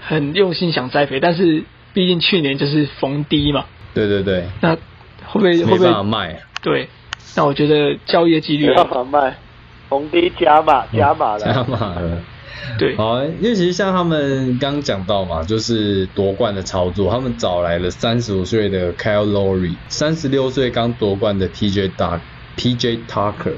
S2: 很用心想栽培，但是毕竟去年就是逢低嘛，
S1: 对对对，
S2: 那会不会
S1: 没
S2: 会不
S1: 办法
S2: 会
S1: 卖。
S2: 对？那我觉得交易的几率
S3: 没办法卖，逢低加码，加码
S1: 哦 加
S3: 了。
S1: 码了。
S2: 对，
S1: 好，因为其实像他们刚讲到嘛，就是夺冠的操作，他们找来了三十五岁的 Kyle Lowry，三十六岁刚夺冠的 PJ 大 PJ Tucker，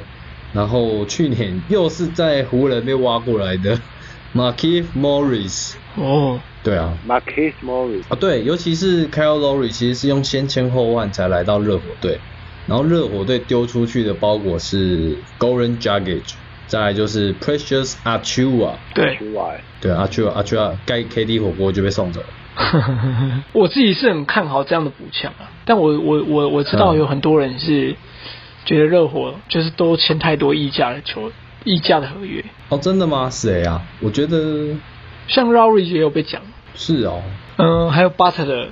S1: 然后去年又是在湖人被挖过来的 m a r k i f Morris，
S2: 哦，
S1: 对啊，
S3: Marquis Morris，
S1: 啊，对，尤其是 Kyle Lowry 其实是用先签后换才来到热火队，然后热火队丢出去的包裹是 Goran Dragic，再来就是 Precious Achua，
S2: 对，
S3: 出来，
S1: 对，Achua 啊 Achua 盖 KD 火锅就被送走了。
S2: 我自己是很看好这样的补强啊，但我我我我知道
S1: 嗯
S2: 有很多人是觉得热火就是都签太多溢价的球溢价的合约，
S1: 哦，真的吗？谁啊？我觉得
S2: 像 Lowry 也有被讲，
S1: 是哦，
S2: 嗯，还有 Butler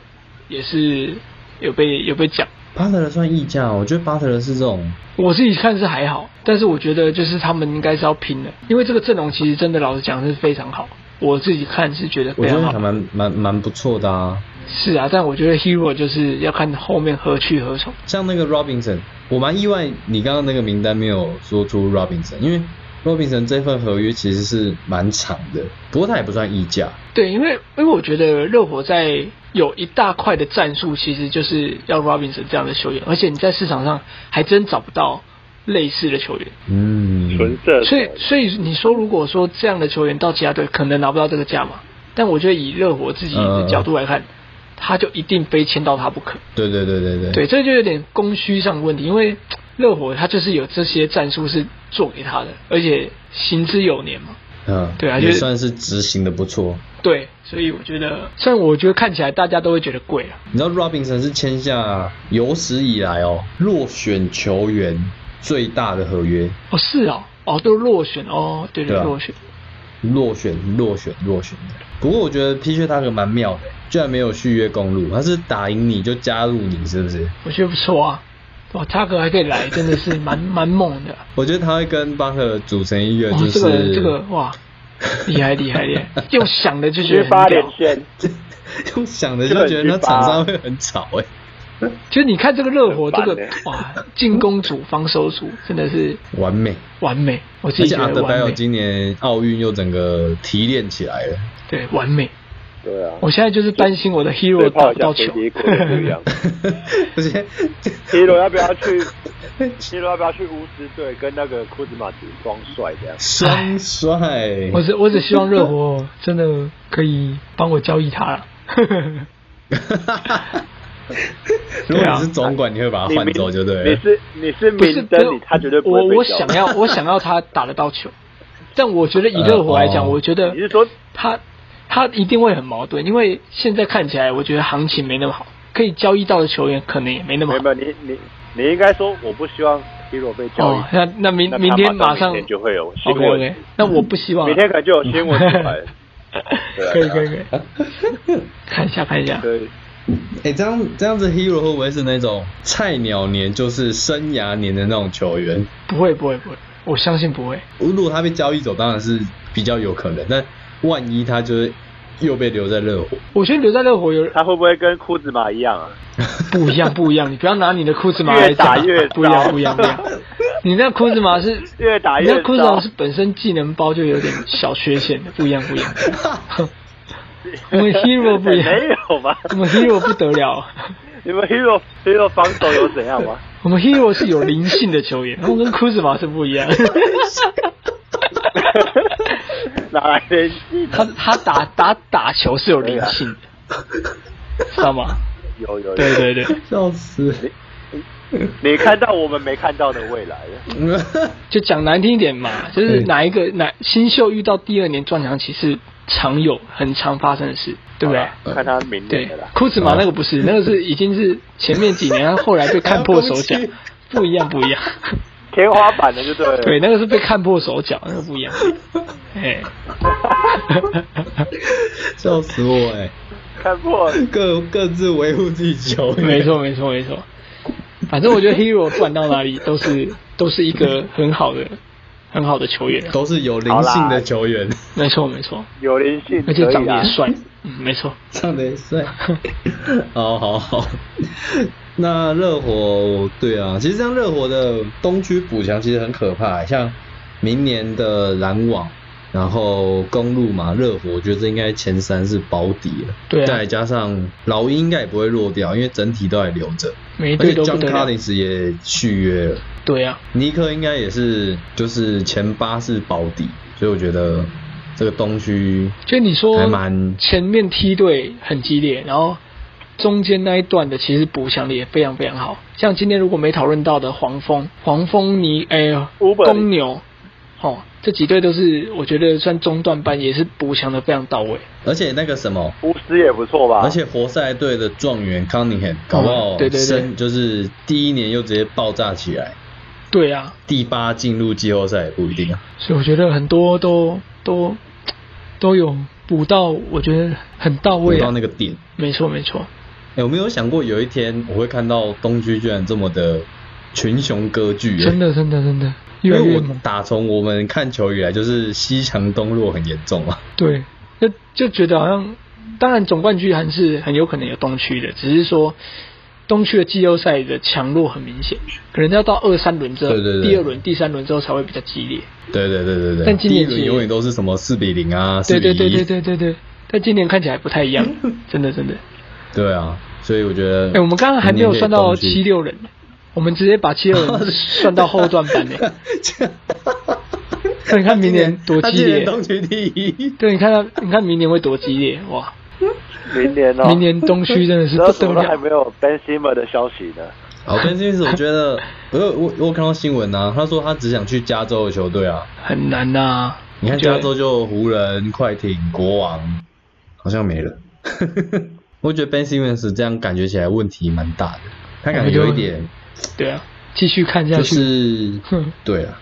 S2: 也是有被有被讲。
S1: 巴特勒算溢价，哦我觉得巴特勒是这种，
S2: 我自己看是还好，但是我觉得就是他们应该是要拼的，因为这个阵容其实真的老实讲是非常好，我自己看是觉得
S1: 我
S2: 非
S1: 觉
S2: 常
S1: 得
S2: 好
S1: 还。蛮蛮蛮不错的啊。
S2: 是啊，但我觉得 Hero 就是要看后面何去何从。
S1: 像那个 Robinson，我蛮意外你刚刚那个名单没有说出 Robinson，因为 Robinson 这份合约其实是蛮长的，不过他也不算溢价。
S2: 对，因为因为我觉得热火在有一大块的战术，其实就是要 Robinson 这样的球员，而且你在市场上还真找不到类似的球员，
S1: 嗯，
S3: 纯射手
S2: 所以所以你说如果说这样的球员到其他队可能拿不到这个价嘛，但我觉得以热火自己的角度来看，他就一定非签到他不可。
S1: 对对对对对，
S2: 对，这就有点供需上的问题，因为热火他就是有这些战术是做给他的，而且行之有年嘛。
S1: 嗯，
S2: 对啊
S1: 也
S2: 就是
S1: 算是执行的不错。
S2: 对，所以我觉得，虽然我觉得看起来大家都会觉得贵啊，
S1: 你知道 Robinson 是签下有史以来哦落选球员最大的合约，
S2: 哦是哦，哦都落选哦，对
S1: 对啊
S2: 落选，
S1: 落选落选落选的。不过我觉得 P 恤他可蛮妙的，居然没有续约公路，他是打赢你就加入你，是不是？
S2: 我觉得不错啊，哇，他哥还可以来，真的 是蛮蛮猛的。
S1: 我觉得他会跟巴赫组成一个
S2: 哇，
S1: 就是
S2: 这个人这个哇，厉害厉害厉害！用想的就觉得
S3: 缺
S2: 很
S3: 八连
S2: 屌。
S3: 线，
S1: 用想的就觉得那场上会很吵哎、
S2: 其实你看这个热火，这
S3: 很
S2: 个
S3: 烦欸
S2: 哇，进攻组、 防守组真的是
S1: 完美。
S2: 完美，我
S1: 而
S2: 自己
S1: 且
S2: 觉
S1: 阿
S2: 得
S1: 德拜
S2: 完
S1: 尔
S2: 美，
S1: 今年奥运又整个提炼起来了，
S2: 对，完美。
S3: 对啊，
S2: 我现在就是担心我的 hero
S3: 最怕
S2: 打
S3: 好
S2: 不到
S3: 像飞
S2: 球。
S3: 机过得不 一样。
S1: 而且
S3: C 罗要不要去？C 罗要不要去乌兹队跟那个库兹马组双帅这样？
S1: 双帅，
S2: 我只我只希望热火真的可以帮我交易他了。
S1: 啊如果你是总管，你会把他
S3: 你
S1: 换走就对
S3: 你
S1: 了。
S3: 是你是
S2: 不是
S3: 明
S2: 不是
S3: 灯，你他绝对不会
S2: 我
S3: 被
S2: 我
S3: 交易
S2: 想要我想要他打得到球，但我觉得以热火来讲，
S1: 呃哦
S2: 我觉得
S3: 你是说
S2: 他他一定会很矛盾，因为现在看起来，我觉得行情没那么好，可以交易到的球员可能也没那么
S3: 没有
S2: 好。
S3: 没有你你你应该说我不希望 C 罗被交易
S2: 哦，，那那明
S3: 那他
S2: 明天马上
S3: 明天就会有新
S2: OK
S3: 闻
S2: OK，那我不希望
S3: 明
S2: 了。
S3: 天可能就有新闻出来 了。对啊啊
S2: 可以可以可以，看一下看一下，
S3: 对，
S1: 哎、这样这样子，Hero 会不会是那种菜鸟年，就是生涯年的那种球员？
S2: 不会不会不会，我相信不会。
S1: 如果他被交易走，当然是比较有可能。但万一他就是又被留在热火，
S2: 我觉得留在热火有
S3: 他会不会跟库兹马一样啊？
S2: 不一样，不一样，你不要拿你的库兹马来
S3: 越打
S2: 讲
S3: 越
S2: 哎不一样，
S3: 糟
S2: 不一样，不一样。你那库兹马是
S3: 越打
S2: 你
S3: 越
S2: 那库兹马
S3: 糟
S2: 是本身技能包就有点小缺陷的，不一样，不一样。我们 hero 不一样，
S3: 没有吧？
S2: 我们 hero 不得了，
S3: 你们 hero hero 防守有怎样 吗？
S2: 我们 hero 是有灵性的球员，我们跟库兹马是不一 样。
S3: 哪来的技能？
S2: 他他打打打球是有灵性的，知道吗？
S3: 有有有，
S2: 对对对，
S1: 笑死！
S3: 你看到我们没看到的未来了。
S2: 就讲难听一点嘛，就是
S1: 对
S2: 哪一个哪新秀遇到第二年撞墙期是常有、很常发生的事，对不对？
S3: 好啦看他明
S2: 对
S3: 年的啦，。
S2: 库兹马那个不是，那个是已经是前面几年，后来被看破手脚
S1: 还要攻击，
S2: 不一样，不一样。
S3: 天花板的就对了。
S2: 对，那个是被看破手脚，那个不一样。 哎，
S1: 笑死我哎、
S3: 看破
S1: 各各自维护自己球员，
S2: 没错，没错，没错。反正我觉得 Hero 不管到哪里都是都是一个很好的很好的球员，啊
S1: 都是有灵性的球员，
S2: 没错没错，
S3: 有灵性可
S2: 而且长
S3: 以
S2: 得
S3: 啊
S2: 也。帅，嗯，没错。
S1: 长得也 帅。好好好，那热火对啊，其实像热火的东区补强其实很可怕、欸像明年的篮网。然后公路嘛，热火我觉得这应该前三是保底了，
S2: 对啊
S1: 再加上老鹰应该也不会落掉，因为整体都还留着，
S2: 每一
S1: 而且
S2: 队都不
S1: John
S2: 得了。
S1: Collins 也续约了，
S2: 对啊，
S1: 尼克应该也是，就是前八是保底，所以我觉得这个东区
S2: 就你说
S1: 还蛮
S2: 前面梯队很激烈，然后中间那一段的其实补强的也非常非常好。像今天如果没讨论到的黄蜂、黄蜂尼、哎、
S3: Uber
S2: 公牛，哦，这几队都是我觉得算中段班也是补强的非常到位。
S1: 而且那个什么，
S3: 巫师也不错吧？
S1: 而且活塞队的状元康宁 n 搞不好
S2: 啊嗯对对对
S1: 升就是第一年又直接爆炸起来，
S2: 对啊，
S1: 第八进入季后赛也不一定啊。
S2: 所以我觉得很多都都都有补到，我觉得很到位、
S1: 回
S2: 啊。
S1: 到那个点，
S2: 没错没错，
S1: 哎、我没有想过有一天我会看到东区居然这么的群雄割据、欸，
S2: 真。的真的真的
S1: 因
S2: 越来
S1: 为
S2: 越
S1: 我
S2: 猛。
S1: 打从我们看球以来，就是西强东弱很严重啊。
S2: 对，就就觉得好像，当然总冠军还是很有可能有东区的，只是说东区的季后赛的强弱很明显，可能要到二三轮之后，
S1: 对对对
S2: 第二轮、第三轮之后才会比较激烈。
S1: 对对对对对，
S2: 但今
S1: 第一
S2: 年
S1: 轮
S2: 其实
S1: 永远都是什么四比零啊，四
S2: 对
S1: 比
S2: 对
S1: 一，
S2: 对对对对对，但今年看起来不太一 样，真的真的。
S1: 对啊，所以我觉得，哎
S2: 哎、我们刚刚还没有算到七，六人，我们直接把七六人算到后段班呢。 那你看明年多
S1: 他
S2: 激
S1: 今年
S2: 烈，
S1: 东区第一，
S2: 对，你看他，你看明年会多激烈哇！
S3: 明年哦，
S2: 明年东区真的是
S3: 然后
S2: 不
S3: 怎
S2: 得
S3: 么都还
S2: 了，
S3: 没有 Ben Simmer 的消息呢？
S1: 好，但这件事我觉得，我有我我有看到新闻啊，他说他只想去加州的球队啊，
S2: 很难呐、
S1: 你看
S2: 我觉得
S1: 加州就湖人、快艇、国王，好像没了。 我觉得 Ben Simmons 这样感觉起来问题蛮大的，他感觉有一点
S2: 对啊，继续看下
S1: 就
S2: 去。
S1: 是
S2: 哼
S1: 对啊，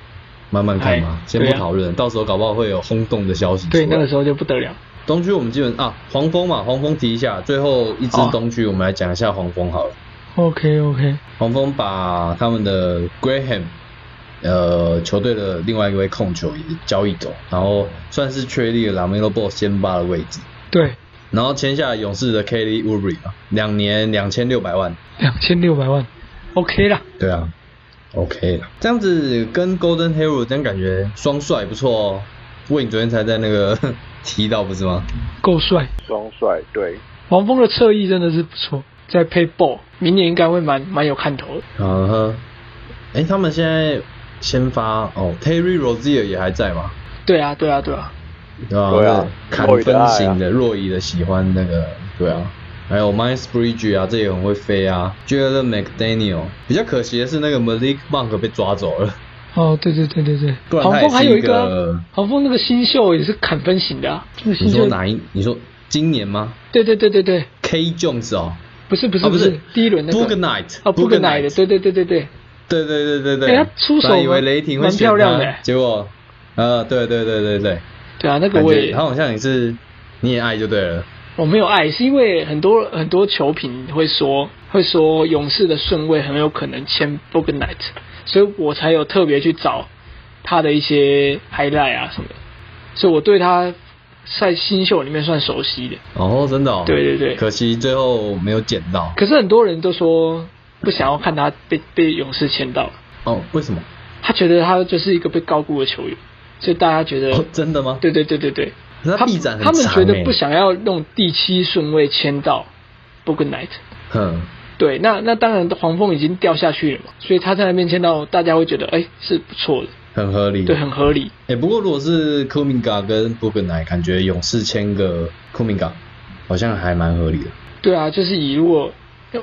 S1: 慢慢看嘛
S2: 哎，
S1: 先不
S2: 对啊
S1: 讨论，到时候搞不好会有轰动的消息出来。
S2: 对，那个时候就不得了。
S1: 东区我们基本啊，黄蜂嘛，黄蜂提一下，最后一支
S2: 好啊
S1: 东区，我们来讲一下黄蜂好了。
S2: OK OK，
S1: 黄蜂把他们的 Graham，呃，球队的另外一位控球也交易走，然后算是确立了 Lamelo Ball 先发的位置，
S2: 对，
S1: 然后签下勇士的 Kelly u b r y 嘛，两年两千六百万，
S2: 两千六百万，OK 啦，
S1: 对啊，OK 了，这样子跟 Golden Hero 真感觉双帅不错哦。喂，你昨天才在那个 提到不是吗？
S2: 够帅。
S3: 双帅对，
S2: 黄蜂的侧翼真的是不错，在配 ball，明年应该会蛮蛮有看头的。
S1: 嗯哼，哎，他们现在先发哦，Terry Rozier 也还在吗？
S2: 对啊对啊对啊，
S1: 对啊，
S3: 对啊
S1: 那砍分型的若伊的喜欢那个，对啊，还有 Miles Bridge 啊，这也很会飞啊 j a l e n McDaniel 比较可惜的是那个 Malik Monk 被抓走了，
S2: 哦对对对对对
S1: 不，然
S2: 黄
S1: 他也
S2: 蜂还
S1: 是
S2: 有
S1: 一
S2: 个啊、
S1: 个
S2: 黄蜂那个新秀也是砍分型的、啊，这个新
S1: 你说
S2: 秀，
S1: 哪一？你说今年吗
S2: 对对对对对，
S1: ？K Jones 哦，
S2: 不是不是
S1: 啊不
S2: 是
S1: 是，
S2: 第一轮那
S1: b o o g
S2: 个
S1: n i g h t
S2: 啊布格奈的，对对对对对，
S1: 对对对对对，
S2: 哎他出手
S1: 本来以为雷霆会
S2: 蛮
S1: 选
S2: 漂亮的
S1: 他结果，呃，对对对对对，
S2: 对啊那个
S1: 感
S2: 我
S1: 觉
S2: 也
S1: 他好像也是你也爱就对了，
S2: 我哦没有爱，是因为很多很多球评会说会说勇士的顺位很有可能签 b o g a n i t 所以我才有特别去找他的一些 highlight 啊什么的，所以我对他在新秀里面算熟悉的。
S1: 哦，真的哦，
S2: 对对对
S1: 可惜最后没有捡到，
S2: 可是很多人都说不想要看他被被勇士签到，
S1: 哦，为什么？
S2: 他觉得他就是一个被高估的球员，所以大家觉得、
S1: 哦，真的吗？
S2: 对对对对对，
S1: 可是他臂展很
S2: 他们
S1: 长
S2: 觉得
S1: 欸
S2: 不想要用第七顺位签到 b o g a n i t
S1: 哼，
S2: 对，那那当然，黄蜂已经掉下去了嘛，所以他在那边签到，大家会觉得哎、是不错的，
S1: 很合理。
S2: 对，很合理。
S1: 哎、不过如果是库明嘎跟布根奈，感觉勇士签个库明嘎好像还蛮合理的。
S2: 对啊，就是以如果，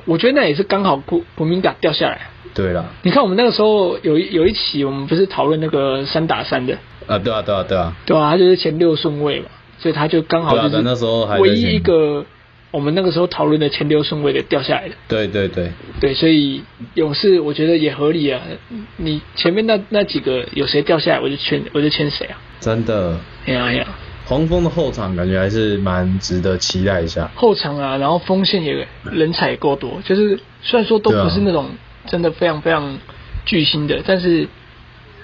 S2: 我觉得那也是刚好国国民党掉下来。
S1: 对啦，
S2: 你看我们那个时候有一有一期我们不是讨论那个三打三的，
S1: 啊，对啊，对啊，对啊，
S2: 对啊，他就是前六顺位嘛，所以他就刚好
S1: 对啊
S2: 就
S1: 对
S2: 是
S1: 那时候还在
S2: 唯一
S1: 前
S2: 一个我们那个时候讨论的前六顺位的掉下来的。
S1: 对对对，
S2: 对，所以勇士我觉得也合理啊。你前面那那几个有谁掉下来，我就签我就签谁啊。
S1: 真的，
S2: 哎呀哎呀。
S1: 黄蜂的后场感觉还是蛮值得期待一下。
S2: 后场啊，然后锋线也人才也够多，就是虽然说都
S1: 对啊
S2: 不是那种真的非常非常巨星的，但是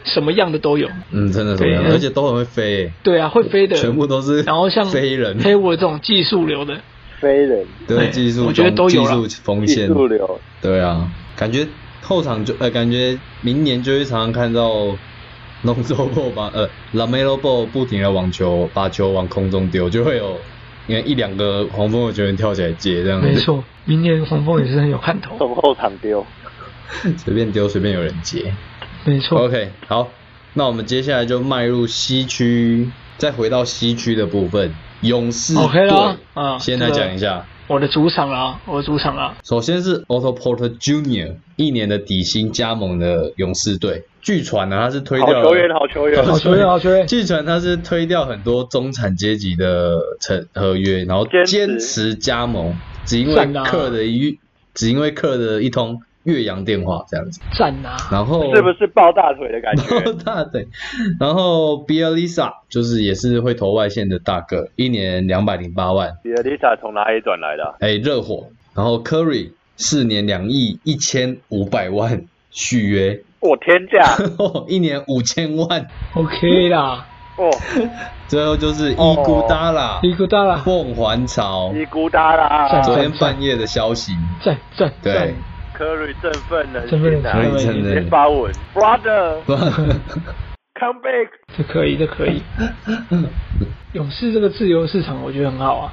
S2: 什么样的都有。
S1: 嗯，真的怎么样？
S2: 对
S1: 而且都很会飞、欸，
S2: 对啊，会飞的，
S1: 全部都是
S2: 然后像
S1: 飞人
S2: 黑我这种技术流的，
S3: 飞人
S1: 对
S2: 对
S1: 技术中，
S2: 我觉得都有
S1: 技
S2: 啦
S1: 术锋
S3: 技
S1: 线，
S3: 术流，
S1: 对啊，感觉后场就呃，感觉明年就会常常看到龙舟 b 把呃 Lamelo ball 不停的网球把球往空中丢，就会有你看一两个黄蜂的球员跳起来接这样子，
S2: 没，错，明年黄蜂也是很有看头，
S3: 从后场丢，
S1: 随便丢随便有人接。
S2: 没错。
S1: OK，好，那我们接下来就迈入西区，再回到西区的部分，勇士队
S2: OK 啦啊
S1: 先来
S2: 这个
S1: 讲一下。
S2: 我的主场啊，我的主场啊，
S1: 首先是 Otto Porter Jr. 一年的底薪加盟的勇士队，据传啊呢、他是推掉了
S3: 好球员啊好球员
S2: 好球员好球 员
S1: 据传他是推掉很多中产阶级的成合约，然后
S3: 坚持
S1: 坚持加盟，只因为
S2: 赞啊
S1: 克的一，只因为克的一通岳阳电话这样子，
S2: 赞啊！
S1: 然后
S3: 是不是抱大腿的感 觉？
S1: 大腿，然后 b i a l i s a 就是也是会投外线的大个，一年两百零八万，
S3: 比尔丽莎从哪里转来的啊？
S1: 哎，热火，然后 Curry 四年两亿一千五百万续约，
S3: 我哦 天价
S1: 一年五千万，
S2: OK 啦，
S3: 哦，
S1: 最后就是伊古达拉、
S2: 尼古大啦，
S1: 凤凰巢，
S3: 尼古达
S2: 赞
S1: 昨
S3: 啦，
S1: 天半夜的消息，
S2: 赞赞赞
S1: 对，
S3: 科瑞振奋人
S2: 振奋人
S3: 心
S2: 心
S3: 啊！
S1: 所以真
S3: 直接
S1: 的，
S3: 发文，Brother，come
S1: 不
S3: back！
S2: 这可以，这可以。勇士这个自由市场，我觉得很好啊。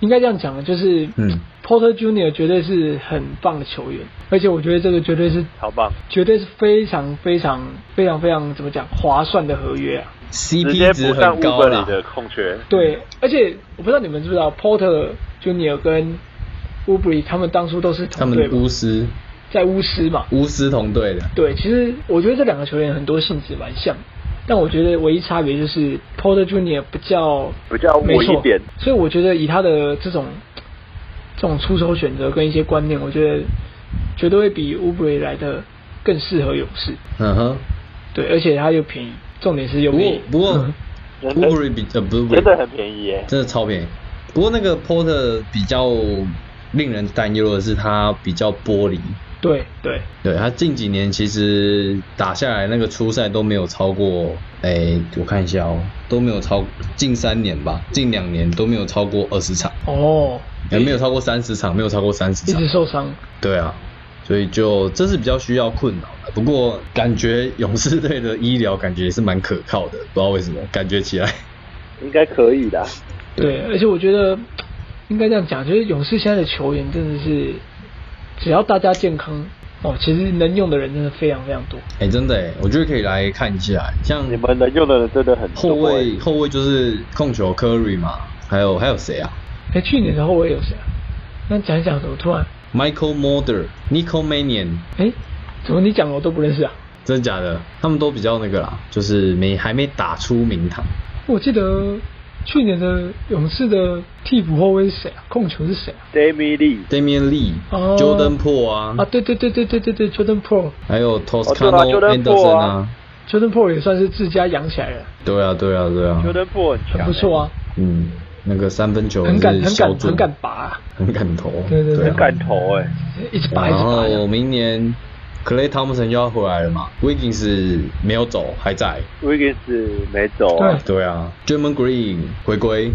S2: 应该这样讲的，就是
S1: 嗯
S2: Porter Junior 绝对是很棒的球员，而且我觉得这个绝对是
S3: 好棒，
S2: 绝对是非常非常非常非常怎么讲划算的合约啊。
S3: 直
S1: ，CP
S3: 接
S1: 值
S3: 补上
S1: 很高
S3: Uber
S1: 啦
S3: 里，的空缺，
S2: 对，而且我不知道你们知不知道，Porter Junior 跟 u b r y 他们当初都是
S1: 他
S2: 同
S1: 们
S2: 队
S1: 的
S2: 嘛，
S1: 巫师，
S2: 在巫师嘛。
S1: 巫师同队的，
S2: 对，其实我觉得这两个球员很多性质蛮像，但我觉得唯一差别就是 Porter Junior 比较
S3: 比较
S2: 没
S3: 稳
S2: 错，
S3: 一点。
S2: 所以我觉得以他的这种这种出手选择跟一些观念，我觉得绝对会比 u b r y 来的更适合勇士。
S1: 嗯哼，
S2: 对，而且他又便宜，重点是又
S1: 不
S2: 便
S1: 过
S2: 宜。
S1: 不
S3: 嗯
S1: 过
S3: 真的
S1: u b r y 比呃不是 u b r y
S3: 真的很便宜耶，
S1: 真的超便宜。不过那个 Porter 比较令人担忧的是他比较玻璃，
S2: 对对，
S1: 对他近几年其实打下来那个初赛都没有超过，哎，我看一下哦，都没有超近三年吧，近两年都没有超过二十场，
S2: 哦，
S1: 也没有超过三十场，没有超过三十
S2: 一
S1: 场
S2: 直，受伤，
S1: 对啊，所以就这是比较需要困扰的。不过感觉勇士队的医疗感觉也是蛮可靠的，不知道为什么感觉 起来，
S3: 应该可以的。
S2: 对，而且我觉得应该这样讲，就是勇士现在的球员真的是，只要大家健康，哦，其实能用的人真的非常非常多。
S1: 哎，真的哎，我觉得可以来看一下，像
S3: 你们能用的人真的很
S1: 后
S3: 多。
S1: 卫后卫就是控球 Curry 嘛，还有还有谁啊？
S2: 哎，去年的后卫有谁啊？那讲一讲，怎么突然，
S1: Michael Mulder、Nico Mannion，
S2: 哎，怎么你讲了我都不认识啊？
S1: 真的假的？他们都比较那个啦，就是没还没打出名堂。
S2: 我记得去年的勇士的替补后卫是谁啊？控球是谁啊？
S3: Jamie Lee，
S1: Damian Lee、
S2: 哦
S1: Jordan p o 啊，
S2: 啊，对对对对对对对，Jordan Pro，Jordan
S1: 还有
S3: 哦
S1: Toscano
S3: 对啊，Jordan
S1: Anderson
S3: Poole
S1: 啊
S3: 啊，
S2: Pro 也算是自家养起来了，
S1: 对啊，对啊，对啊，
S3: 球登破很强、
S2: 很不错啊，
S1: 嗯，那个三分球
S2: 很敢
S1: 是
S2: 很
S1: 小
S2: 敢
S1: 准，
S2: 很敢拔啊，
S1: 很敢投，
S2: 对对
S1: 啊
S2: 对
S3: 很敢投哎、
S2: 一直拔一直啊
S1: 然
S2: 拔
S1: 后
S2: 这样。
S1: 明年 Clay Thompson 又要回来了嘛，Wiggins 没有走，还在，
S3: Wiggins 没走啊，
S1: 对啊，Draymond Green 回归，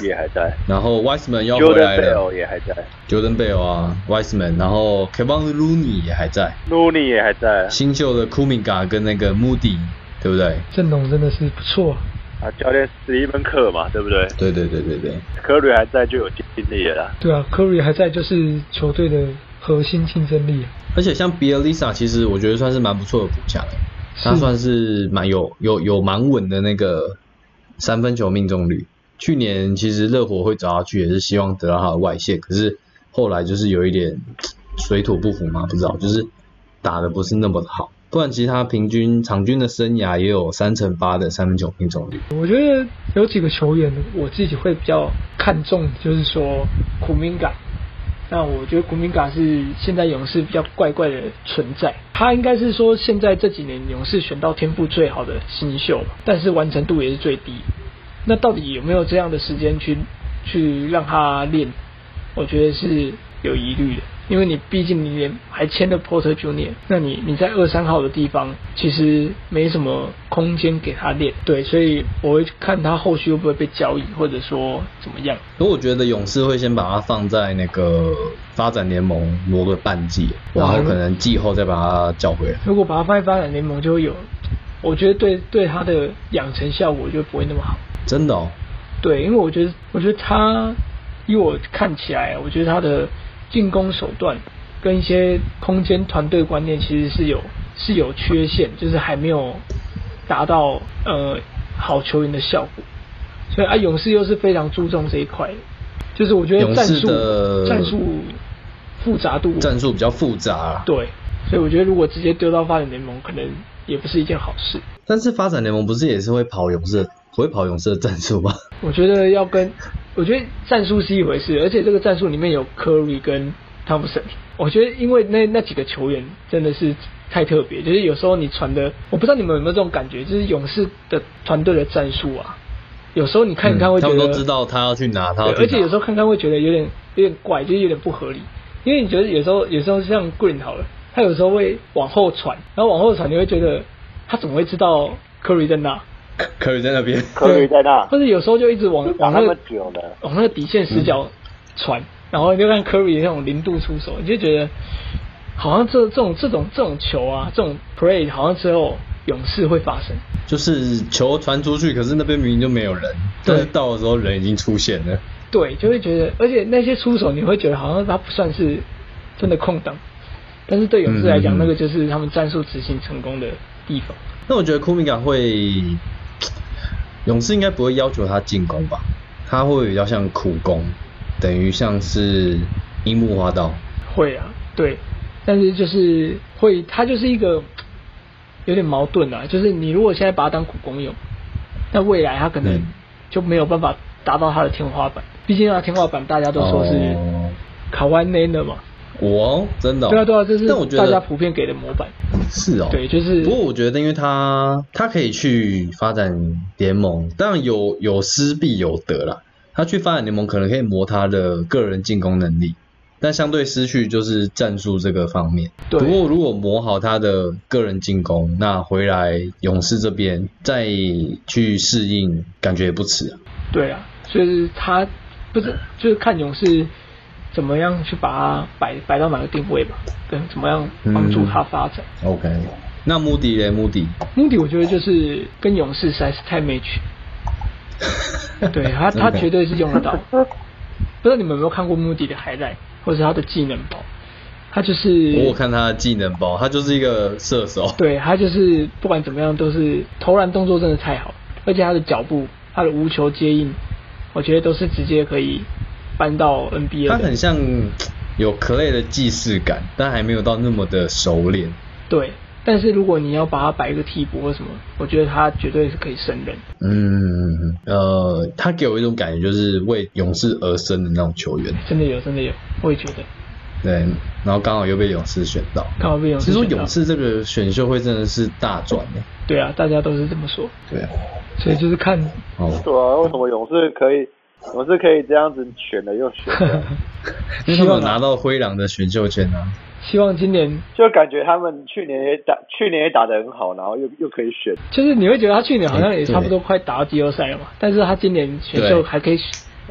S3: 也还在
S1: 然后 Wiseman 要回来
S3: ，Jordan
S1: 了
S3: Bell 也还在
S1: Jordan Bell 啊，Wiseman，然后 Kevin Looney 也还在，
S3: ，Looney 也还在
S1: 新秀的 Kuminga 跟那个 Moody，对不对？
S2: 阵容真的是不错啊，
S3: 啊，教练史蒂芬克嘛，对不对？
S1: 对对对对对，
S3: 科瑞还在就有竞力了啦。
S2: 对啊，Curry 还在就是球队的核心竞争力啊，
S1: 而且像 b i e l i s a 其实我觉得算是蛮不错的补强欸，他
S2: 是
S1: 算是蛮有有有蛮稳的那个三分球命中率。去年其实热火会找他去，也是希望得到他的外线，可是后来就是有一点水土不服嘛，不知道，就是打的不是那么好。不然其实他平均场均的生涯也有三成八的三分球命中率。
S2: 我觉得有几个球员我自己会比较看重，就是说古明嘎。那我觉得古明嘎是现在勇士比较怪怪的存在，他应该是说现在这几年勇士选到天赋最好的新秀嘛，但是完成度也是最低。那到底有没有这样的时间去去让他练？我觉得是有疑虑的，因为你毕竟你连还签了 Porter Junior，那你你在二三号的地方其实没什么空间给他练，对，所以我会看他后续会不会被交易，或者说怎么样。
S1: 可我觉得勇士会先把它放在那个发展联盟磨个半季，然
S2: 哇
S1: 后可能季后再把它叫回来。
S2: 如果把它放在发展联盟，就会有，我觉得对对他的养成效果就不会那么好。
S1: 真的哦，
S2: 对，因为我觉得，我觉得他，依我看起来，啊我觉得他的进攻手段跟一些空间团队观念其实是有是有缺陷，就是还没有达到呃好球员的效果。所以啊，勇士又是非常注重这一块的，就是我觉得
S1: 勇
S2: 战
S1: 士
S2: 术
S1: 的
S2: 战术复杂度
S1: 战术比较复杂啊。
S2: 嗯对，所以我觉得如果直接丢到发展联盟，可能也不是一件好事。
S1: 但是发展联盟不是也是会跑勇士的，不会跑勇士的战术吗？
S2: 我觉得要跟，我觉得战术是一回事，而且这个战术里面有 Curry 跟汤普森。我觉得因为那那几个球员真的是太特别，就是有时候你传的，我不知道你们有没有这种感觉，就是勇士的团队的战术啊，有时候你看一看
S1: 嗯
S2: 会觉
S1: 他
S2: 得，
S1: 们都知道他要去哪，他要
S2: 对
S1: 去哪。
S2: 而且有时候看看会觉得有点有点怪，就是有点不合理，因为你觉得有时候有时候像 Green 好了，他有时候会往后传，然后往后传你会觉得他怎么会知道 Curry 在那？
S1: 科瑞在那边，
S3: 科瑞在那
S2: 或，者有时候就一直往
S3: 打
S2: 往
S3: 那
S2: 那个
S3: 么久了，
S2: 往那个底线死角传，然后你就看 Curry 那种零度出手，你就觉得好像这这种这种这种球啊，这种 play 好像只有勇士会发生。
S1: 就是球传出去，可是那边明明就没有人，
S2: 对
S1: 但是到的时候人已经出现了。
S2: 对，就会觉得，而且那些出手你会觉得好像他不算是真的空档，但是对勇士来
S1: 嗯
S2: 讲，
S1: 嗯嗯
S2: 那个就是他们战术执行成功的地方。
S1: 那我觉得库明卡会，勇士应该不会要求他进攻吧？他会比较像苦攻，等于像是樱木花道。
S2: 会啊，对，但是就是会，他就是一个有点矛盾啊，就是你如果现在把它当苦工用，那未来他可能
S1: 嗯
S2: 就没有办法达到他的天花板，毕竟他的天花板大家都说是
S1: 哦
S2: 卡湾内的嘛，
S1: 我哦真的哦、
S2: 对啊对啊，这是
S1: 但我觉
S2: 大
S1: 得
S2: 家普遍给的模板，
S1: 是哦，
S2: 对，就是
S1: 不过我觉得，因为他他可以去发展联盟，当然有有失必有得啦。他去发展联盟可能可以磨他的个人进攻能力，但相对失去就是战术这个方面。
S2: 对
S1: 不过如果磨好他的个人进攻，那回来勇士这边再去适应，感觉也不迟啊。
S2: 对啊，就是他不是就是看勇士怎么样去把它摆摆到哪个定位吧，跟怎么样帮
S1: 嗯
S2: 助他发展。
S1: OK，那穆迪嘞，穆迪，
S2: 目的我觉得就是跟勇士实在是 太 match，对他他绝对是用 得到。不知道你们有没有看过穆迪的海带，或者是他的技能包？他就是
S1: 我有看他的技能包，他就是一个射手。
S2: 对他就是不管怎么样都是投篮动作真的太好，而且他的脚步、他的无球接应，我觉得都是直接可以搬到 NBA
S1: 他
S2: 的。
S1: 很像有 Clay 的既视感，但还没有到那么的熟练。
S2: 对，但是如果你要把他摆一个替补或什么，我觉得他绝对是可以胜任。
S1: 嗯，呃，他给我一种感觉，就是为勇士而生的那种球员。
S2: 真的有，真的有，我也觉得。
S1: 对，然后刚好又被勇士选到。
S2: 刚好被勇士
S1: 其实说
S2: 选到
S1: 勇士这个选秀会真的是大赚欸的。
S2: 对啊，大家都是这么说，
S1: 对，
S2: 所以就是看，
S1: 哦，
S3: 对啊，为什么勇士可以，勇士可以这样子选了又选 了，
S1: 因为他们有拿到灰狼的选秀权啊。
S2: 希望今年
S3: 就感觉他们去年也打，去年也打得很好，然后又又可以选，
S2: 就是你会觉得他去年好像
S1: 哎
S2: 也差不多快打到季后赛了嘛，但是他今年选秀
S1: 对
S2: 还可以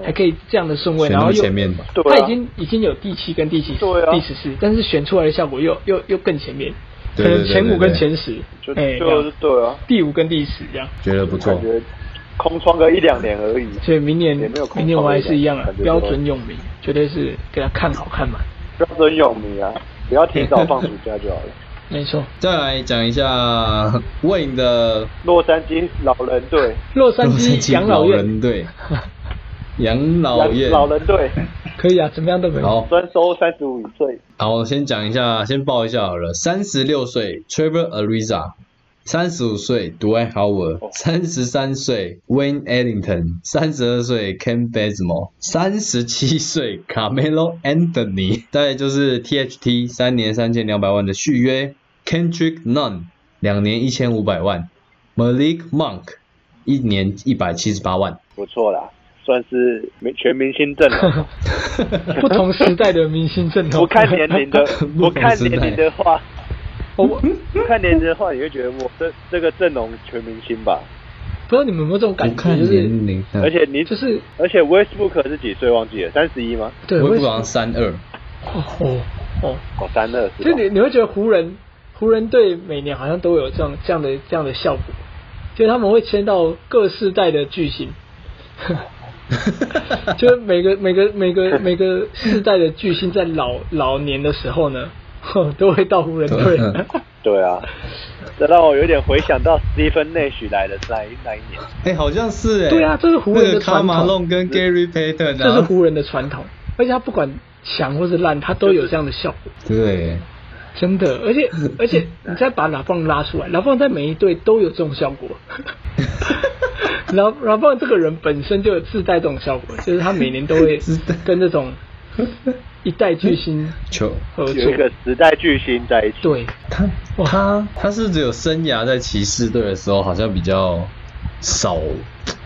S2: 还可以这样的顺位，
S1: 选
S2: 然
S1: 到
S2: 后又
S1: 前面，
S3: 对啊
S2: 他已经已经有第七跟第七、
S3: 对啊
S2: 第十四，但是选出来的效果又又又更前面，
S1: 对
S2: 可能前五
S1: 对对对
S2: 跟前十，
S3: 就
S2: 哎，这
S3: 就是
S2: 样
S3: 对啊，
S2: 第五跟第十这样。
S1: 觉得不错
S3: 感。觉空窗个一两年而已。
S2: 所以明年
S3: 也没有空
S2: 明年我还是一样啊
S3: 感，觉
S2: 标准泳迷，绝对是给他看好看满，
S3: 标准泳迷啊，不要提早放暑假就好 了。
S2: 没错。
S1: 再来讲一下 Wayne 的
S3: 洛杉矶老人队，
S2: 洛杉
S1: 洛 杉
S2: 矶
S1: 矶
S2: 养老院
S1: 人 队，养老院
S3: 老人队，
S2: 可以啊，怎么样都可以。
S1: 好，
S3: 专收三十五岁，
S1: 好，我先讲一下，先报一下好了。三十六岁，Trevor Ariza；三十五岁，Dwight
S2: 哦
S1: Howard；三十三岁，Wayne Ellington；三十二岁，Ken Bazemore；三十七岁，Carmelo Anthony。再来就是 THT 三年三千两百万的续约，Kendrick Nunn 两年一千五百万，Malik Monk 一年一百七十八万。，
S3: 不错啦，算是明全明星 阵了。
S2: 不同时代的明星阵容，
S3: 不看年 龄的不看年龄的话，
S2: 哦我我
S3: 不看年龄的话，你会觉得我这这个阵容全明星吧？
S2: 不知道你们有没有这种感
S1: 不
S2: 觉，
S1: 看
S2: 就是
S1: 年龄，嗯
S3: 而且你
S2: 嗯就是
S3: 而且 Westbrook 是几岁忘记了？三十一吗？
S2: 对，
S1: 我也
S2: 为
S1: 不
S2: 什么
S1: 好像三二。
S2: 哦哦，
S3: 哦，三二是
S2: 就
S3: 吧？
S2: 你你会觉得湖人湖人队每年好像都有这样这样的这样的效果，就是他们会签到各世代的巨星， 就是每个每个每个每个世代的巨星在老老年的时候呢， 都会到湖人队。
S3: 对啊，这让我有点回想到 Stephen Nash 来的那一那一年。
S1: 哎、好像是哎、
S2: 对啊这是湖人的
S1: 那个卡
S2: 传统
S1: 马龙跟 Gary Payton 啊，
S2: 这是湖人的传统，而且他不管强或是烂，他都有这样的效果，
S1: 对，
S2: 真的。而 且而且，你再把拉棒拉出来，拉棒在每一队都有这种效果。 拉拉棒这个人本身就有自带这种效果，就是他每年都会
S1: 自带
S2: 跟这种一代巨星
S1: 球
S2: 合作
S3: 有。一个时代巨星在一起。
S2: 对，
S1: 他
S2: 哇
S1: 他他是只有生涯在骑士队的时候好像比较少，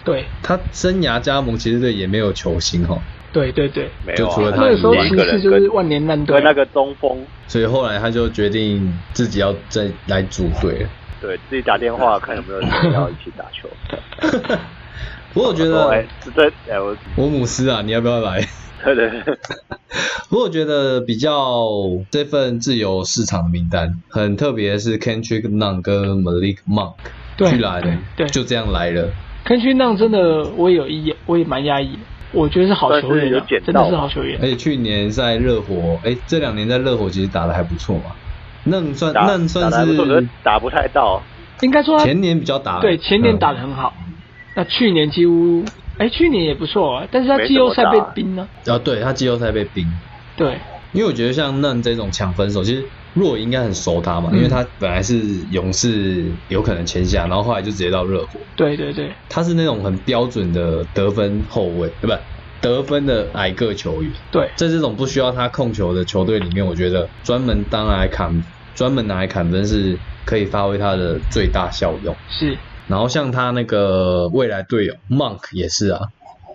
S2: 对
S1: 他生涯加盟骑士队也没有球星哦，
S2: 对对对，
S3: 没
S1: 就
S3: 有、啊，
S1: 除了他
S2: 那个时候
S1: 以外
S2: 骑士就是万年烂队
S3: 跟，那个中锋，
S1: 所以后来他就决定自己要再来组队了。
S3: 对自己打电话看有没有人要一起打球。
S1: 不过我 觉
S2: 哦
S3: 说哎
S1: 得，
S3: 这哎我，
S1: 我姆斯啊，你要不要来？
S3: 对对对，
S1: 不过我觉得比较这份自由市场的名单很特别，是 Kendrick Nunn 跟 Malik Monk
S2: 对
S1: 居然
S2: 对
S1: 就这样来了。
S2: 坑区浪真的我也有意，我也蛮压抑的。我觉得是好球员、啊
S3: 算是有捡，
S2: 真
S3: 到
S2: 的是好球员。
S1: 而且去年在热火，哎，这两年在热火其实打的还不错嘛。那算
S3: 打
S1: 那算
S3: 打得还不错，可是
S1: 是
S3: 打不太到。
S2: 应该说他
S1: 前年比较打，
S2: 对，前年打
S1: 嗯
S2: 得很好，那去年几乎，哎，去年也不错、啊，但是他
S3: 没
S2: 季后赛
S3: 怎么
S2: 被
S3: 打
S2: 冰呢、
S1: 啊，对他季后赛被冰，
S2: 对，
S1: 因为我觉得像嫩这种抢分手，其实若应该很熟他嘛，
S2: 嗯
S1: 因为他本来是勇士有可能签下，然后后来就直接到热火，
S2: 对对对，
S1: 他是那种很标准的得分后卫，对吧？得分的矮个球员，
S2: 对，
S1: 在这种不需要他控球的球队里面，我觉得专门当来砍，专门拿来砍分是可以发挥他的最大效用。
S2: 是，
S1: 然后像他那个未来队友 Monk 也是啊，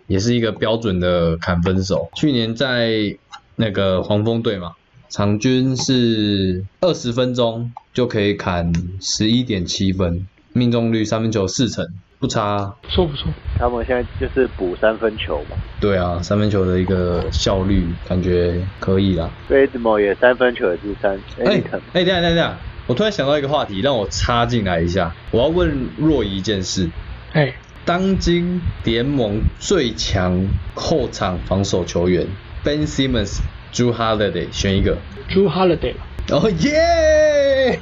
S1: 也是一个标准的砍分手。去年在那个黄蜂队嘛，场均是二十分钟就可以砍十一点七分，命中率三分球四成，不差。
S2: 不错不错，
S3: 他们现在就是补三分球嘛，
S1: 对啊，三分球的一个效率感觉可以啦。
S3: b a d m o 也三分球也是三，
S1: 哎
S3: 哎、欸，
S1: 哎，等一下等一下等一下，我突然想到一个话题，让我插进来一下，我要问若仪一件事：
S2: 哎，
S1: 当今联盟最强后场防守球员 Ben Simmons、Drew Holiday 选一个。
S2: 朱 Holiday 吧，
S1: 哦耶！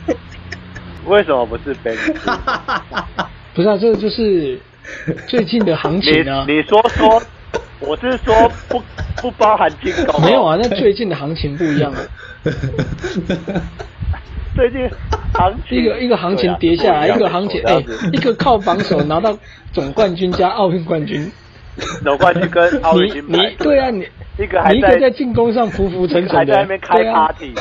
S3: 为什么不是 Ben？
S2: 不是啊，这个就是最近的行
S3: 你
S2: 情啊。
S3: 你说说，我是说不 不包含进攻、 哦
S2: 没有啊，，那最近的行情不一 样啊，
S3: 最近行情
S2: 一个一个行情跌下来，
S3: 啊对啊
S2: 一个 行情
S3: 不
S2: 哎
S3: 样的股这样，
S2: 一
S3: 子
S2: 个靠防守拿到总冠军加奥运冠军，
S3: 总冠军跟奥运
S2: 你
S3: 金
S2: 你
S3: 牌，
S2: 对啊，你
S3: 一个还
S2: 你一
S3: 在
S2: 个在进攻上浮浮沉沉的，
S3: 还在那边开
S2: 对啊
S3: party，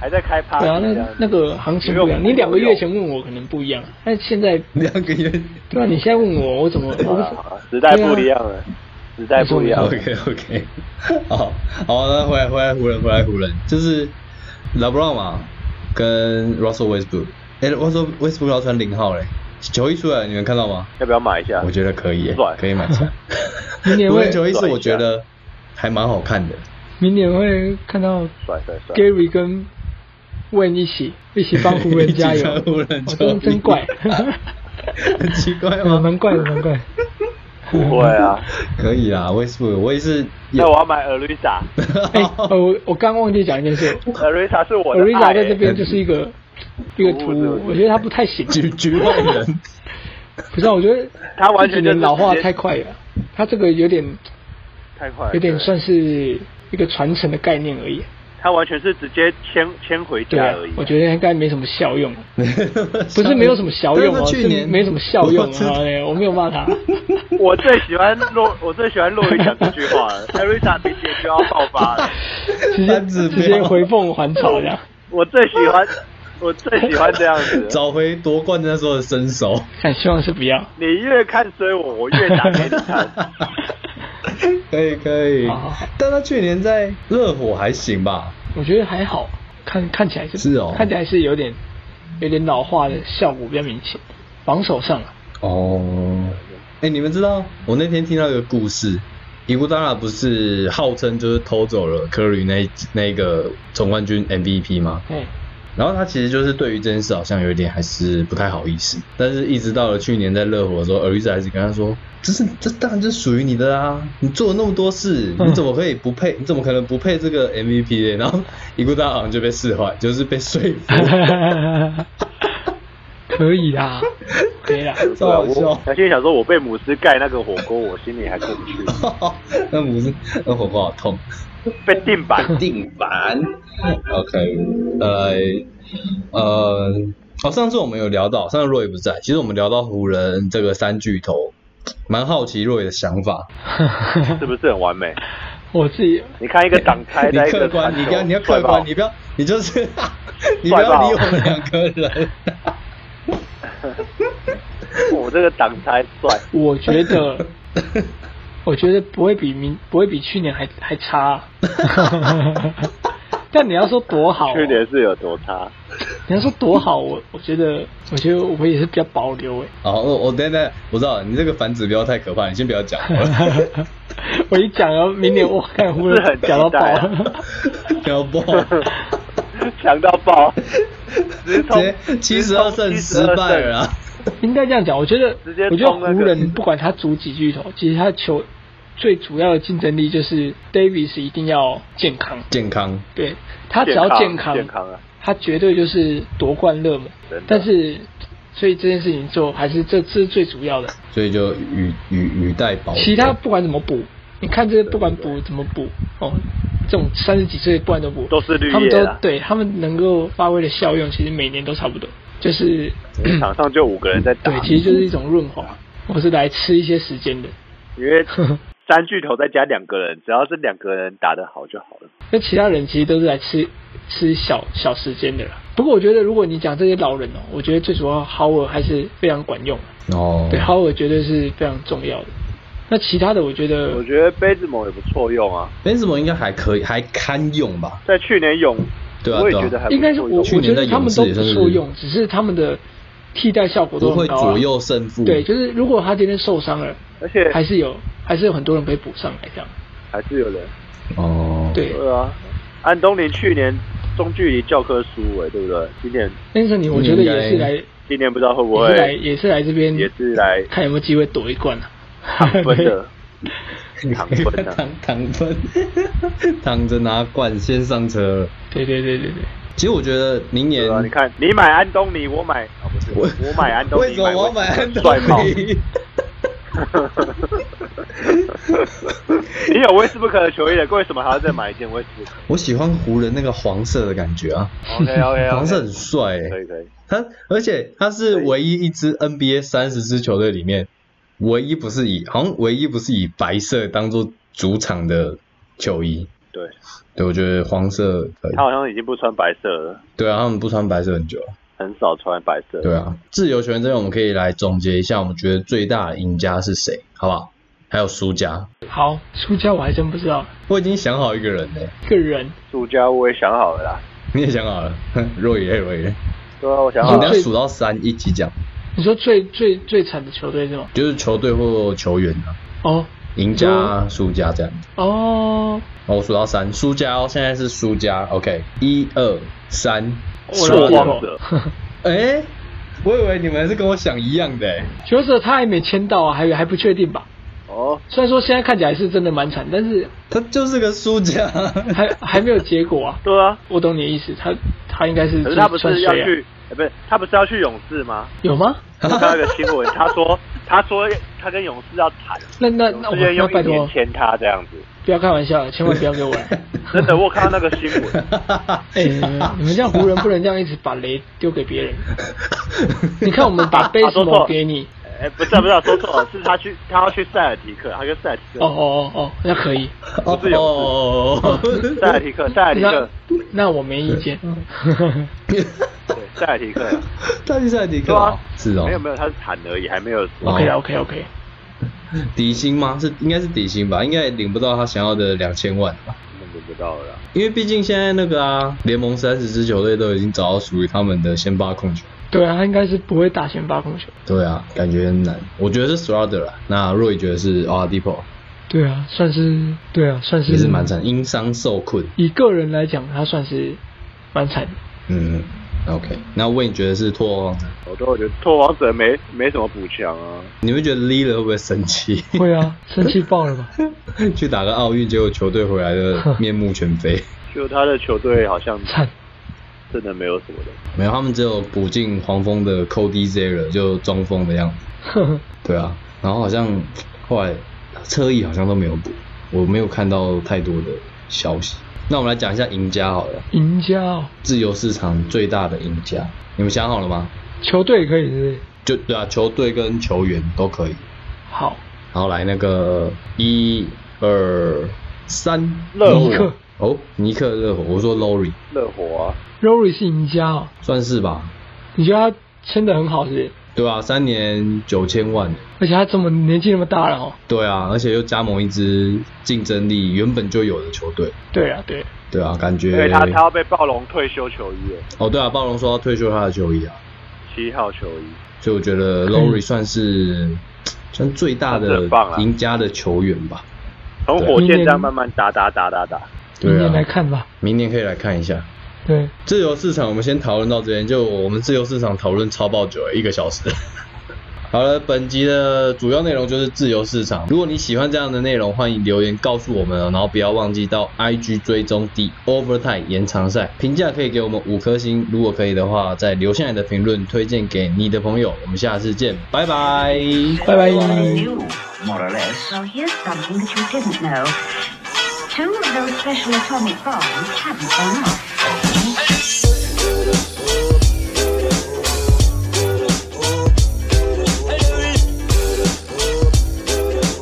S3: 还在开 party，
S2: 对啊，
S3: 这样
S2: 那
S3: 子
S2: 那个行情不一样。你两个月前问我可能不一样，但现在
S1: 两个月
S2: 对啊，你现在问我，我怎啊么
S3: 好
S2: 我
S3: 了好了啊时代不一样了，时代不一样了。
S1: ，OK OK，好， 好，那回来回来湖人回来湖人，就是 LeBron 嘛，跟 Russell Westbrook，哎、r u s s e l l Westbrook 要穿零号嘞，球衣出来了你们看到吗？
S3: 要不要买一下？
S1: 我觉得可以耶
S3: 帅，
S1: 可以买下。
S2: 明年
S1: 湖
S2: 会
S1: 人球衣是我觉得还蛮好看的，
S2: 明年会看到
S3: 帅帅帅，
S2: Gary 跟 Wayne 一起一起帮湖人 加
S1: 一起
S2: 油
S1: 穿，湖人
S2: 哦
S1: 球衣
S2: 真真 怪，
S1: 很奇怪
S2: 啊
S1: 吗？
S2: 蛮怪的，蛮怪的。
S3: 不会啊。
S1: 可以啦，Westbrook，我也是
S3: 那我要买 Arisa，Arisa
S2: 哎、哦 我我刚忘记讲一件事
S3: 是我的爱
S2: ，Ariza 在这
S3: 欸。
S2: 边就是一个一个突
S3: 突兀是
S2: 兀
S3: 不是，
S2: 我觉得他不太行。
S1: 局局外人。
S2: 不是、啊，我觉得
S3: 他完全
S2: 这
S3: 就
S2: 几
S3: 是
S2: 年老化
S3: 直接
S2: 太快了，他这个有点
S3: 太快了，
S2: 有点
S3: 帅。
S2: 算是一个传承的概念而已。
S3: 他完全是直接签签回
S2: 对
S3: 家
S2: 啊
S3: 而已。，
S2: 我觉得应该没什么效用，
S1: 不
S2: 不是没有什么效用哦，
S1: 去
S2: 是
S1: 年
S2: 没什么效
S1: 我
S2: 用啊
S1: 知道。
S2: 哎我没有骂他，
S3: 我 最喜欢洛， 我最喜欢洛伊讲这句话了。Arisa 明年就要爆发了，
S2: 直接
S1: 单指标
S2: 直接回凤还朝这样。
S3: 我最喜 欢，我最喜欢这样子 了。
S1: 找回夺冠那时候的身 手。
S2: 看，哎希望是不要。
S3: 你越看衰我，我越打给你看。
S1: 可以可以
S2: 好好好，
S1: 但他去年在热火还行吧？
S2: 我觉得还好，看看起来是
S1: 是哦
S2: 看起来是有点有点老化的效果比较明显，防守上啊，
S1: 哦，哎，你们知道我那天听到一个故事，伊布达拉不是号称就是偷走了科里那一那个总冠军 MVP 吗？
S2: 哎，
S1: 然后他其实就是对于这件事好像有一点还是不太好意思，但是一直到了去年在热火的时候，儿子还是跟他说：“这是这当然就是属于你的啦、你做了那么多事，
S2: 嗯
S1: 你怎么可以不配？你怎么可能不配这个 MVP 呢？”然后一顾大好像就被释怀，就是被说 服，
S2: 可以啦，可以啦，啊
S1: 超 好笑。
S3: 小心想说，我被母狮盖那个火锅，我心里还过不去，
S1: 那不是，那火锅好痛。
S3: 被定板。
S1: 定版。OK，呃呃，哦，上次我们有聊到，上次若也不在，其实我们聊到湖人这个三巨头，蛮好奇若也的想法。
S3: 是不是很完美？
S2: 我自己
S3: 你看一个挡拆，
S1: 你
S3: 在一
S1: 客
S3: 个
S1: 观，你
S3: 传
S1: 不要
S3: 球
S1: 你要客
S3: 帅爆
S1: 观，你不要你就是 你不
S3: 帅
S1: 要
S3: 爆
S1: 理我们两个人。
S3: 我这个挡拆帅，
S2: 我觉 得，我觉得不会比明不会比去年还还 差、啊但你要说多好、啊
S3: 去年是有多差？
S2: 你要说多好，我我觉得，我觉得我也是比较保留哎、
S1: 好，我我等一下，我知道你这个反指标太可怕，你先不要讲好了，
S2: 我一讲啊，明年我看湖人
S3: 是很期待
S2: 讲
S3: 啊
S2: 到爆，
S1: 要不
S3: 强到爆，
S1: 直
S3: 直
S1: 接
S3: 冲
S1: 七十二胜失败了啊。
S2: 应该这样讲。我觉得
S3: 直接，
S2: 我觉得
S3: 冲那个
S2: 湖人不管他组几巨头，其实他球最主要的竞争力就是 Davis 一定要健康，
S1: 健康，
S2: 对他只要
S3: 健
S2: 健
S3: 康
S2: 康，
S3: 健康啊
S2: 他绝对就是夺冠热门
S3: 真的。
S2: 但是，所以这件事情做还是这这是最主要的，
S1: 所以就语语语带保留。
S2: 其他不管怎么补，你看这个不管补怎么补哦，这种三十几岁不管怎么补，
S3: 都是绿
S2: 他们
S3: 叶
S2: 都
S3: 啦
S2: 对他们能够发挥的效用，其实每年都差不多，就是
S1: 嗯
S3: 场上就五个人在打
S2: 对，，其实就是一种润滑。我是来吃一些时间的，
S3: 因为三巨头再加两个人，只要是两个人打得好就好了。
S2: 那其他人其实都是来吃吃小小时间的啦。不过我觉得，如果你讲这些老人哦，我觉得最主要 Howard 还是非常管用的，
S1: 哦，
S2: 对 Howard 绝对是非常重要的。那其他的我觉得
S3: 我觉得杯子某也不错用啊，
S1: b e n z m 应该还可以，还堪用吧？
S3: 在去年勇，
S1: 对啊
S3: 我也
S1: 对啊
S3: 觉得还不错
S2: 应该是我，我
S1: 去年
S2: 觉
S1: 的
S2: 得他
S1: 勇
S2: 们
S1: 士
S2: 都
S1: 也
S2: 不
S1: 算是
S2: 错用，只是他们的替代效果都
S1: 不
S2: 很
S1: 会
S2: 高啊
S1: 左右胜负。
S2: 对，就是如果他今天受伤了，
S3: 而且
S2: 还是有还是有很多人可以补上来这样。
S3: 还是有人。
S1: 哦，，
S2: 对，
S3: 对啊，安东尼去年中距离教科书哎，对不对？今年
S2: 但是你我觉得也是来，
S1: 应
S2: 也
S3: 今年不知道会不
S2: 是来
S3: 会
S2: 也是来这边，
S3: 也是来
S2: 看有没有机会夺一冠啊。
S3: 躺分 的躺分的、
S1: 躺躺分，啊 躺着拿冠先上车了。
S2: 对对对对对，
S1: 其实我觉得明年
S3: 对啊，你看你买安东尼，我买啊不是
S1: 我
S3: 我买安东尼，
S1: 为什么我要买安东
S3: 帅 爆
S1: 尼？
S3: 你有威斯布鲁克的球衣了，为什么还要再买一件威斯布鲁克
S1: 我喜欢湖人那个黄色的感觉啊，
S3: ？OK OK，
S1: 黄色很帅欸
S3: 可以可以，
S1: 他而且他是唯一一支 NBA 三十支球队里面，唯一不是以好像唯一不是以白色当做主场的球衣。
S3: 对，
S1: 对，我觉得黄色可以
S3: 他。好像已经不穿白色了，
S1: 对啊，他们不穿白色很久了。
S3: 很少穿白色。
S1: 对啊，自由球员这边我们可以来总结一下，我们觉得最大的赢家是谁，好不好？还有输家，
S2: 好，输家我还真不知道，
S1: 我已经想好一个人了，
S2: 一个人
S3: 住家我也想好了啦，
S1: 你也想好了， 若野若野，
S3: 对啊，我想
S1: 我
S3: 好
S1: 们
S3: 了
S1: 要，数到三一起讲，
S2: 你说最最最惨的球队是吗？
S1: 就是球队或球员啊，
S2: 哦
S1: 赢家、输家这样子。
S2: 哦，
S1: 好我数到三，输家哦，现在是输家，OK，一二三，
S2: 我
S1: 输
S2: 的
S1: 家
S3: 说谎者
S1: 哎、我以为你们是跟我想一样的、欸，
S2: 球者他还没签到啊，还还不确定吧？
S3: 哦，
S2: 虽然说现在看起来是真的蛮惨，但是
S1: 他就是个输家，
S2: 还 还没有结果啊。
S3: 对啊，
S2: 我懂你的意思，他他应该是
S3: 可是他不
S2: 穿
S3: 是
S2: 水
S3: 要
S2: 啊
S3: 去，哎不是他不是要去勇士吗？
S2: 有吗？
S3: 我看到一个新 闻，他说他说他跟勇士要谈，
S2: 那那那
S3: 勇
S2: 我
S3: 士愿意
S2: 那
S3: 用
S2: 拜
S3: 一年
S2: 托，
S3: 签他这样子，
S2: 不要开玩笑了，千万不要给我来。
S3: 真的，我看到那个新闻，
S2: 哎、你们你们这样湖人不 能这样一直把雷丢 给别人。你看我们把杯
S3: 啊
S2: 什
S3: 说错
S2: 么
S3: 了
S2: 给你，
S3: 哎，不是啊不是啊，说错了，是他去他要去塞尔提克，他跟塞尔提克，
S2: 哦哦哦哦，那可以，
S1: 哦
S3: 不是
S1: 哦，
S3: 塞 尔提克，塞尔提
S2: 那
S3: 克，
S2: 那我没意见。
S3: 对，塞尔提克啊，
S1: 他是塞迪克
S3: 对
S1: 哦
S3: 啊，，
S1: 是哦，
S3: 没有没有，他是谈而已，还没有说，
S2: OK 啊 OK OK，
S1: 底薪吗？是应该是底薪吧，应该也领不到他想要的两千万吧。
S3: 弄不到了啦，
S1: 因为毕竟现在那个啊，联盟三十支球队都已经找到属于他们的先发控球。
S2: 对啊，他应该是不会打先发控球。
S1: 对啊，感觉很难。我觉得是 Strada 啦，那若雨觉得是 r d p o
S2: 对啊，算是对啊，算是
S1: 也是蛮。惨，因伤受困。
S2: 以个人来讲，他算是蛮惨的。
S1: 嗯，OK。那问你觉得是拓荒者？
S3: 我都觉得拓王者没没什么补强啊，
S1: 你们觉得 l e a d e r 会不会生气？
S2: 会啊， 生气爆了吧？
S1: 去打个奥运，结果球队回来的面目全非。
S3: 就他的球队好像
S2: 惨。
S3: 真的没有什么的。
S1: 没有，他们只有补进黄蜂的 Cody z e r 就中锋的样子。对啊，然后好像后来侧翼好像都没有补，我没有看到太多的消息。那我们来讲一下赢家好了，
S2: 赢家哦，
S1: 自由市场最大的赢家，你们想好了吗？
S2: 球队也可以是不是
S1: 就对啊，球队跟球员都可以。
S2: 好，
S1: 然后来那个一二三，
S3: 热
S2: 火尼克
S1: 哦，尼克热火，我说 Lori
S3: 热火啊，
S2: Rory 是赢家哦，
S1: 算是吧，
S2: 你觉得他签的很好是不是？
S1: 对啊，三年九千万，
S2: 而且他这么年纪那么大了哦。
S1: 对啊，而且又加盟一支竞争力原本就有的球队，
S2: 对啊，对，
S1: 对啊，感觉
S3: 因为他他要被暴龙退休球衣了，
S1: 哦，对啊，暴龙说要退休他的球衣啊，
S3: 七号球衣，
S1: 所以我觉得 Lowry 算是算最大
S3: 嗯算是
S1: 的
S3: 很棒啊
S1: 赢家的球员吧。
S3: 从火箭这样慢慢打打打打打，
S2: 明
S1: 对
S2: 年来
S1: 啊，
S2: 看吧。
S1: 明年可以来看一下
S2: 对，
S1: 自由市场。我们先讨论到这边，就我们自由市场讨论超爆久，一个小时。 好了，本集的主要内容就是自由市场。如果你喜欢这样的内容，欢迎留言告诉我们哦，然后不要忘记到 IG 追踪 The Overtime 延长赛评价，可以给我们五颗星，如果可以的话，再留下你的评论，推荐给你的朋友。我们下次见，拜拜。
S2: 拜拜。
S5: knew, more or less.
S6: Well, here's something that you didn't know. Two of those special atomic bombs haven't gone off.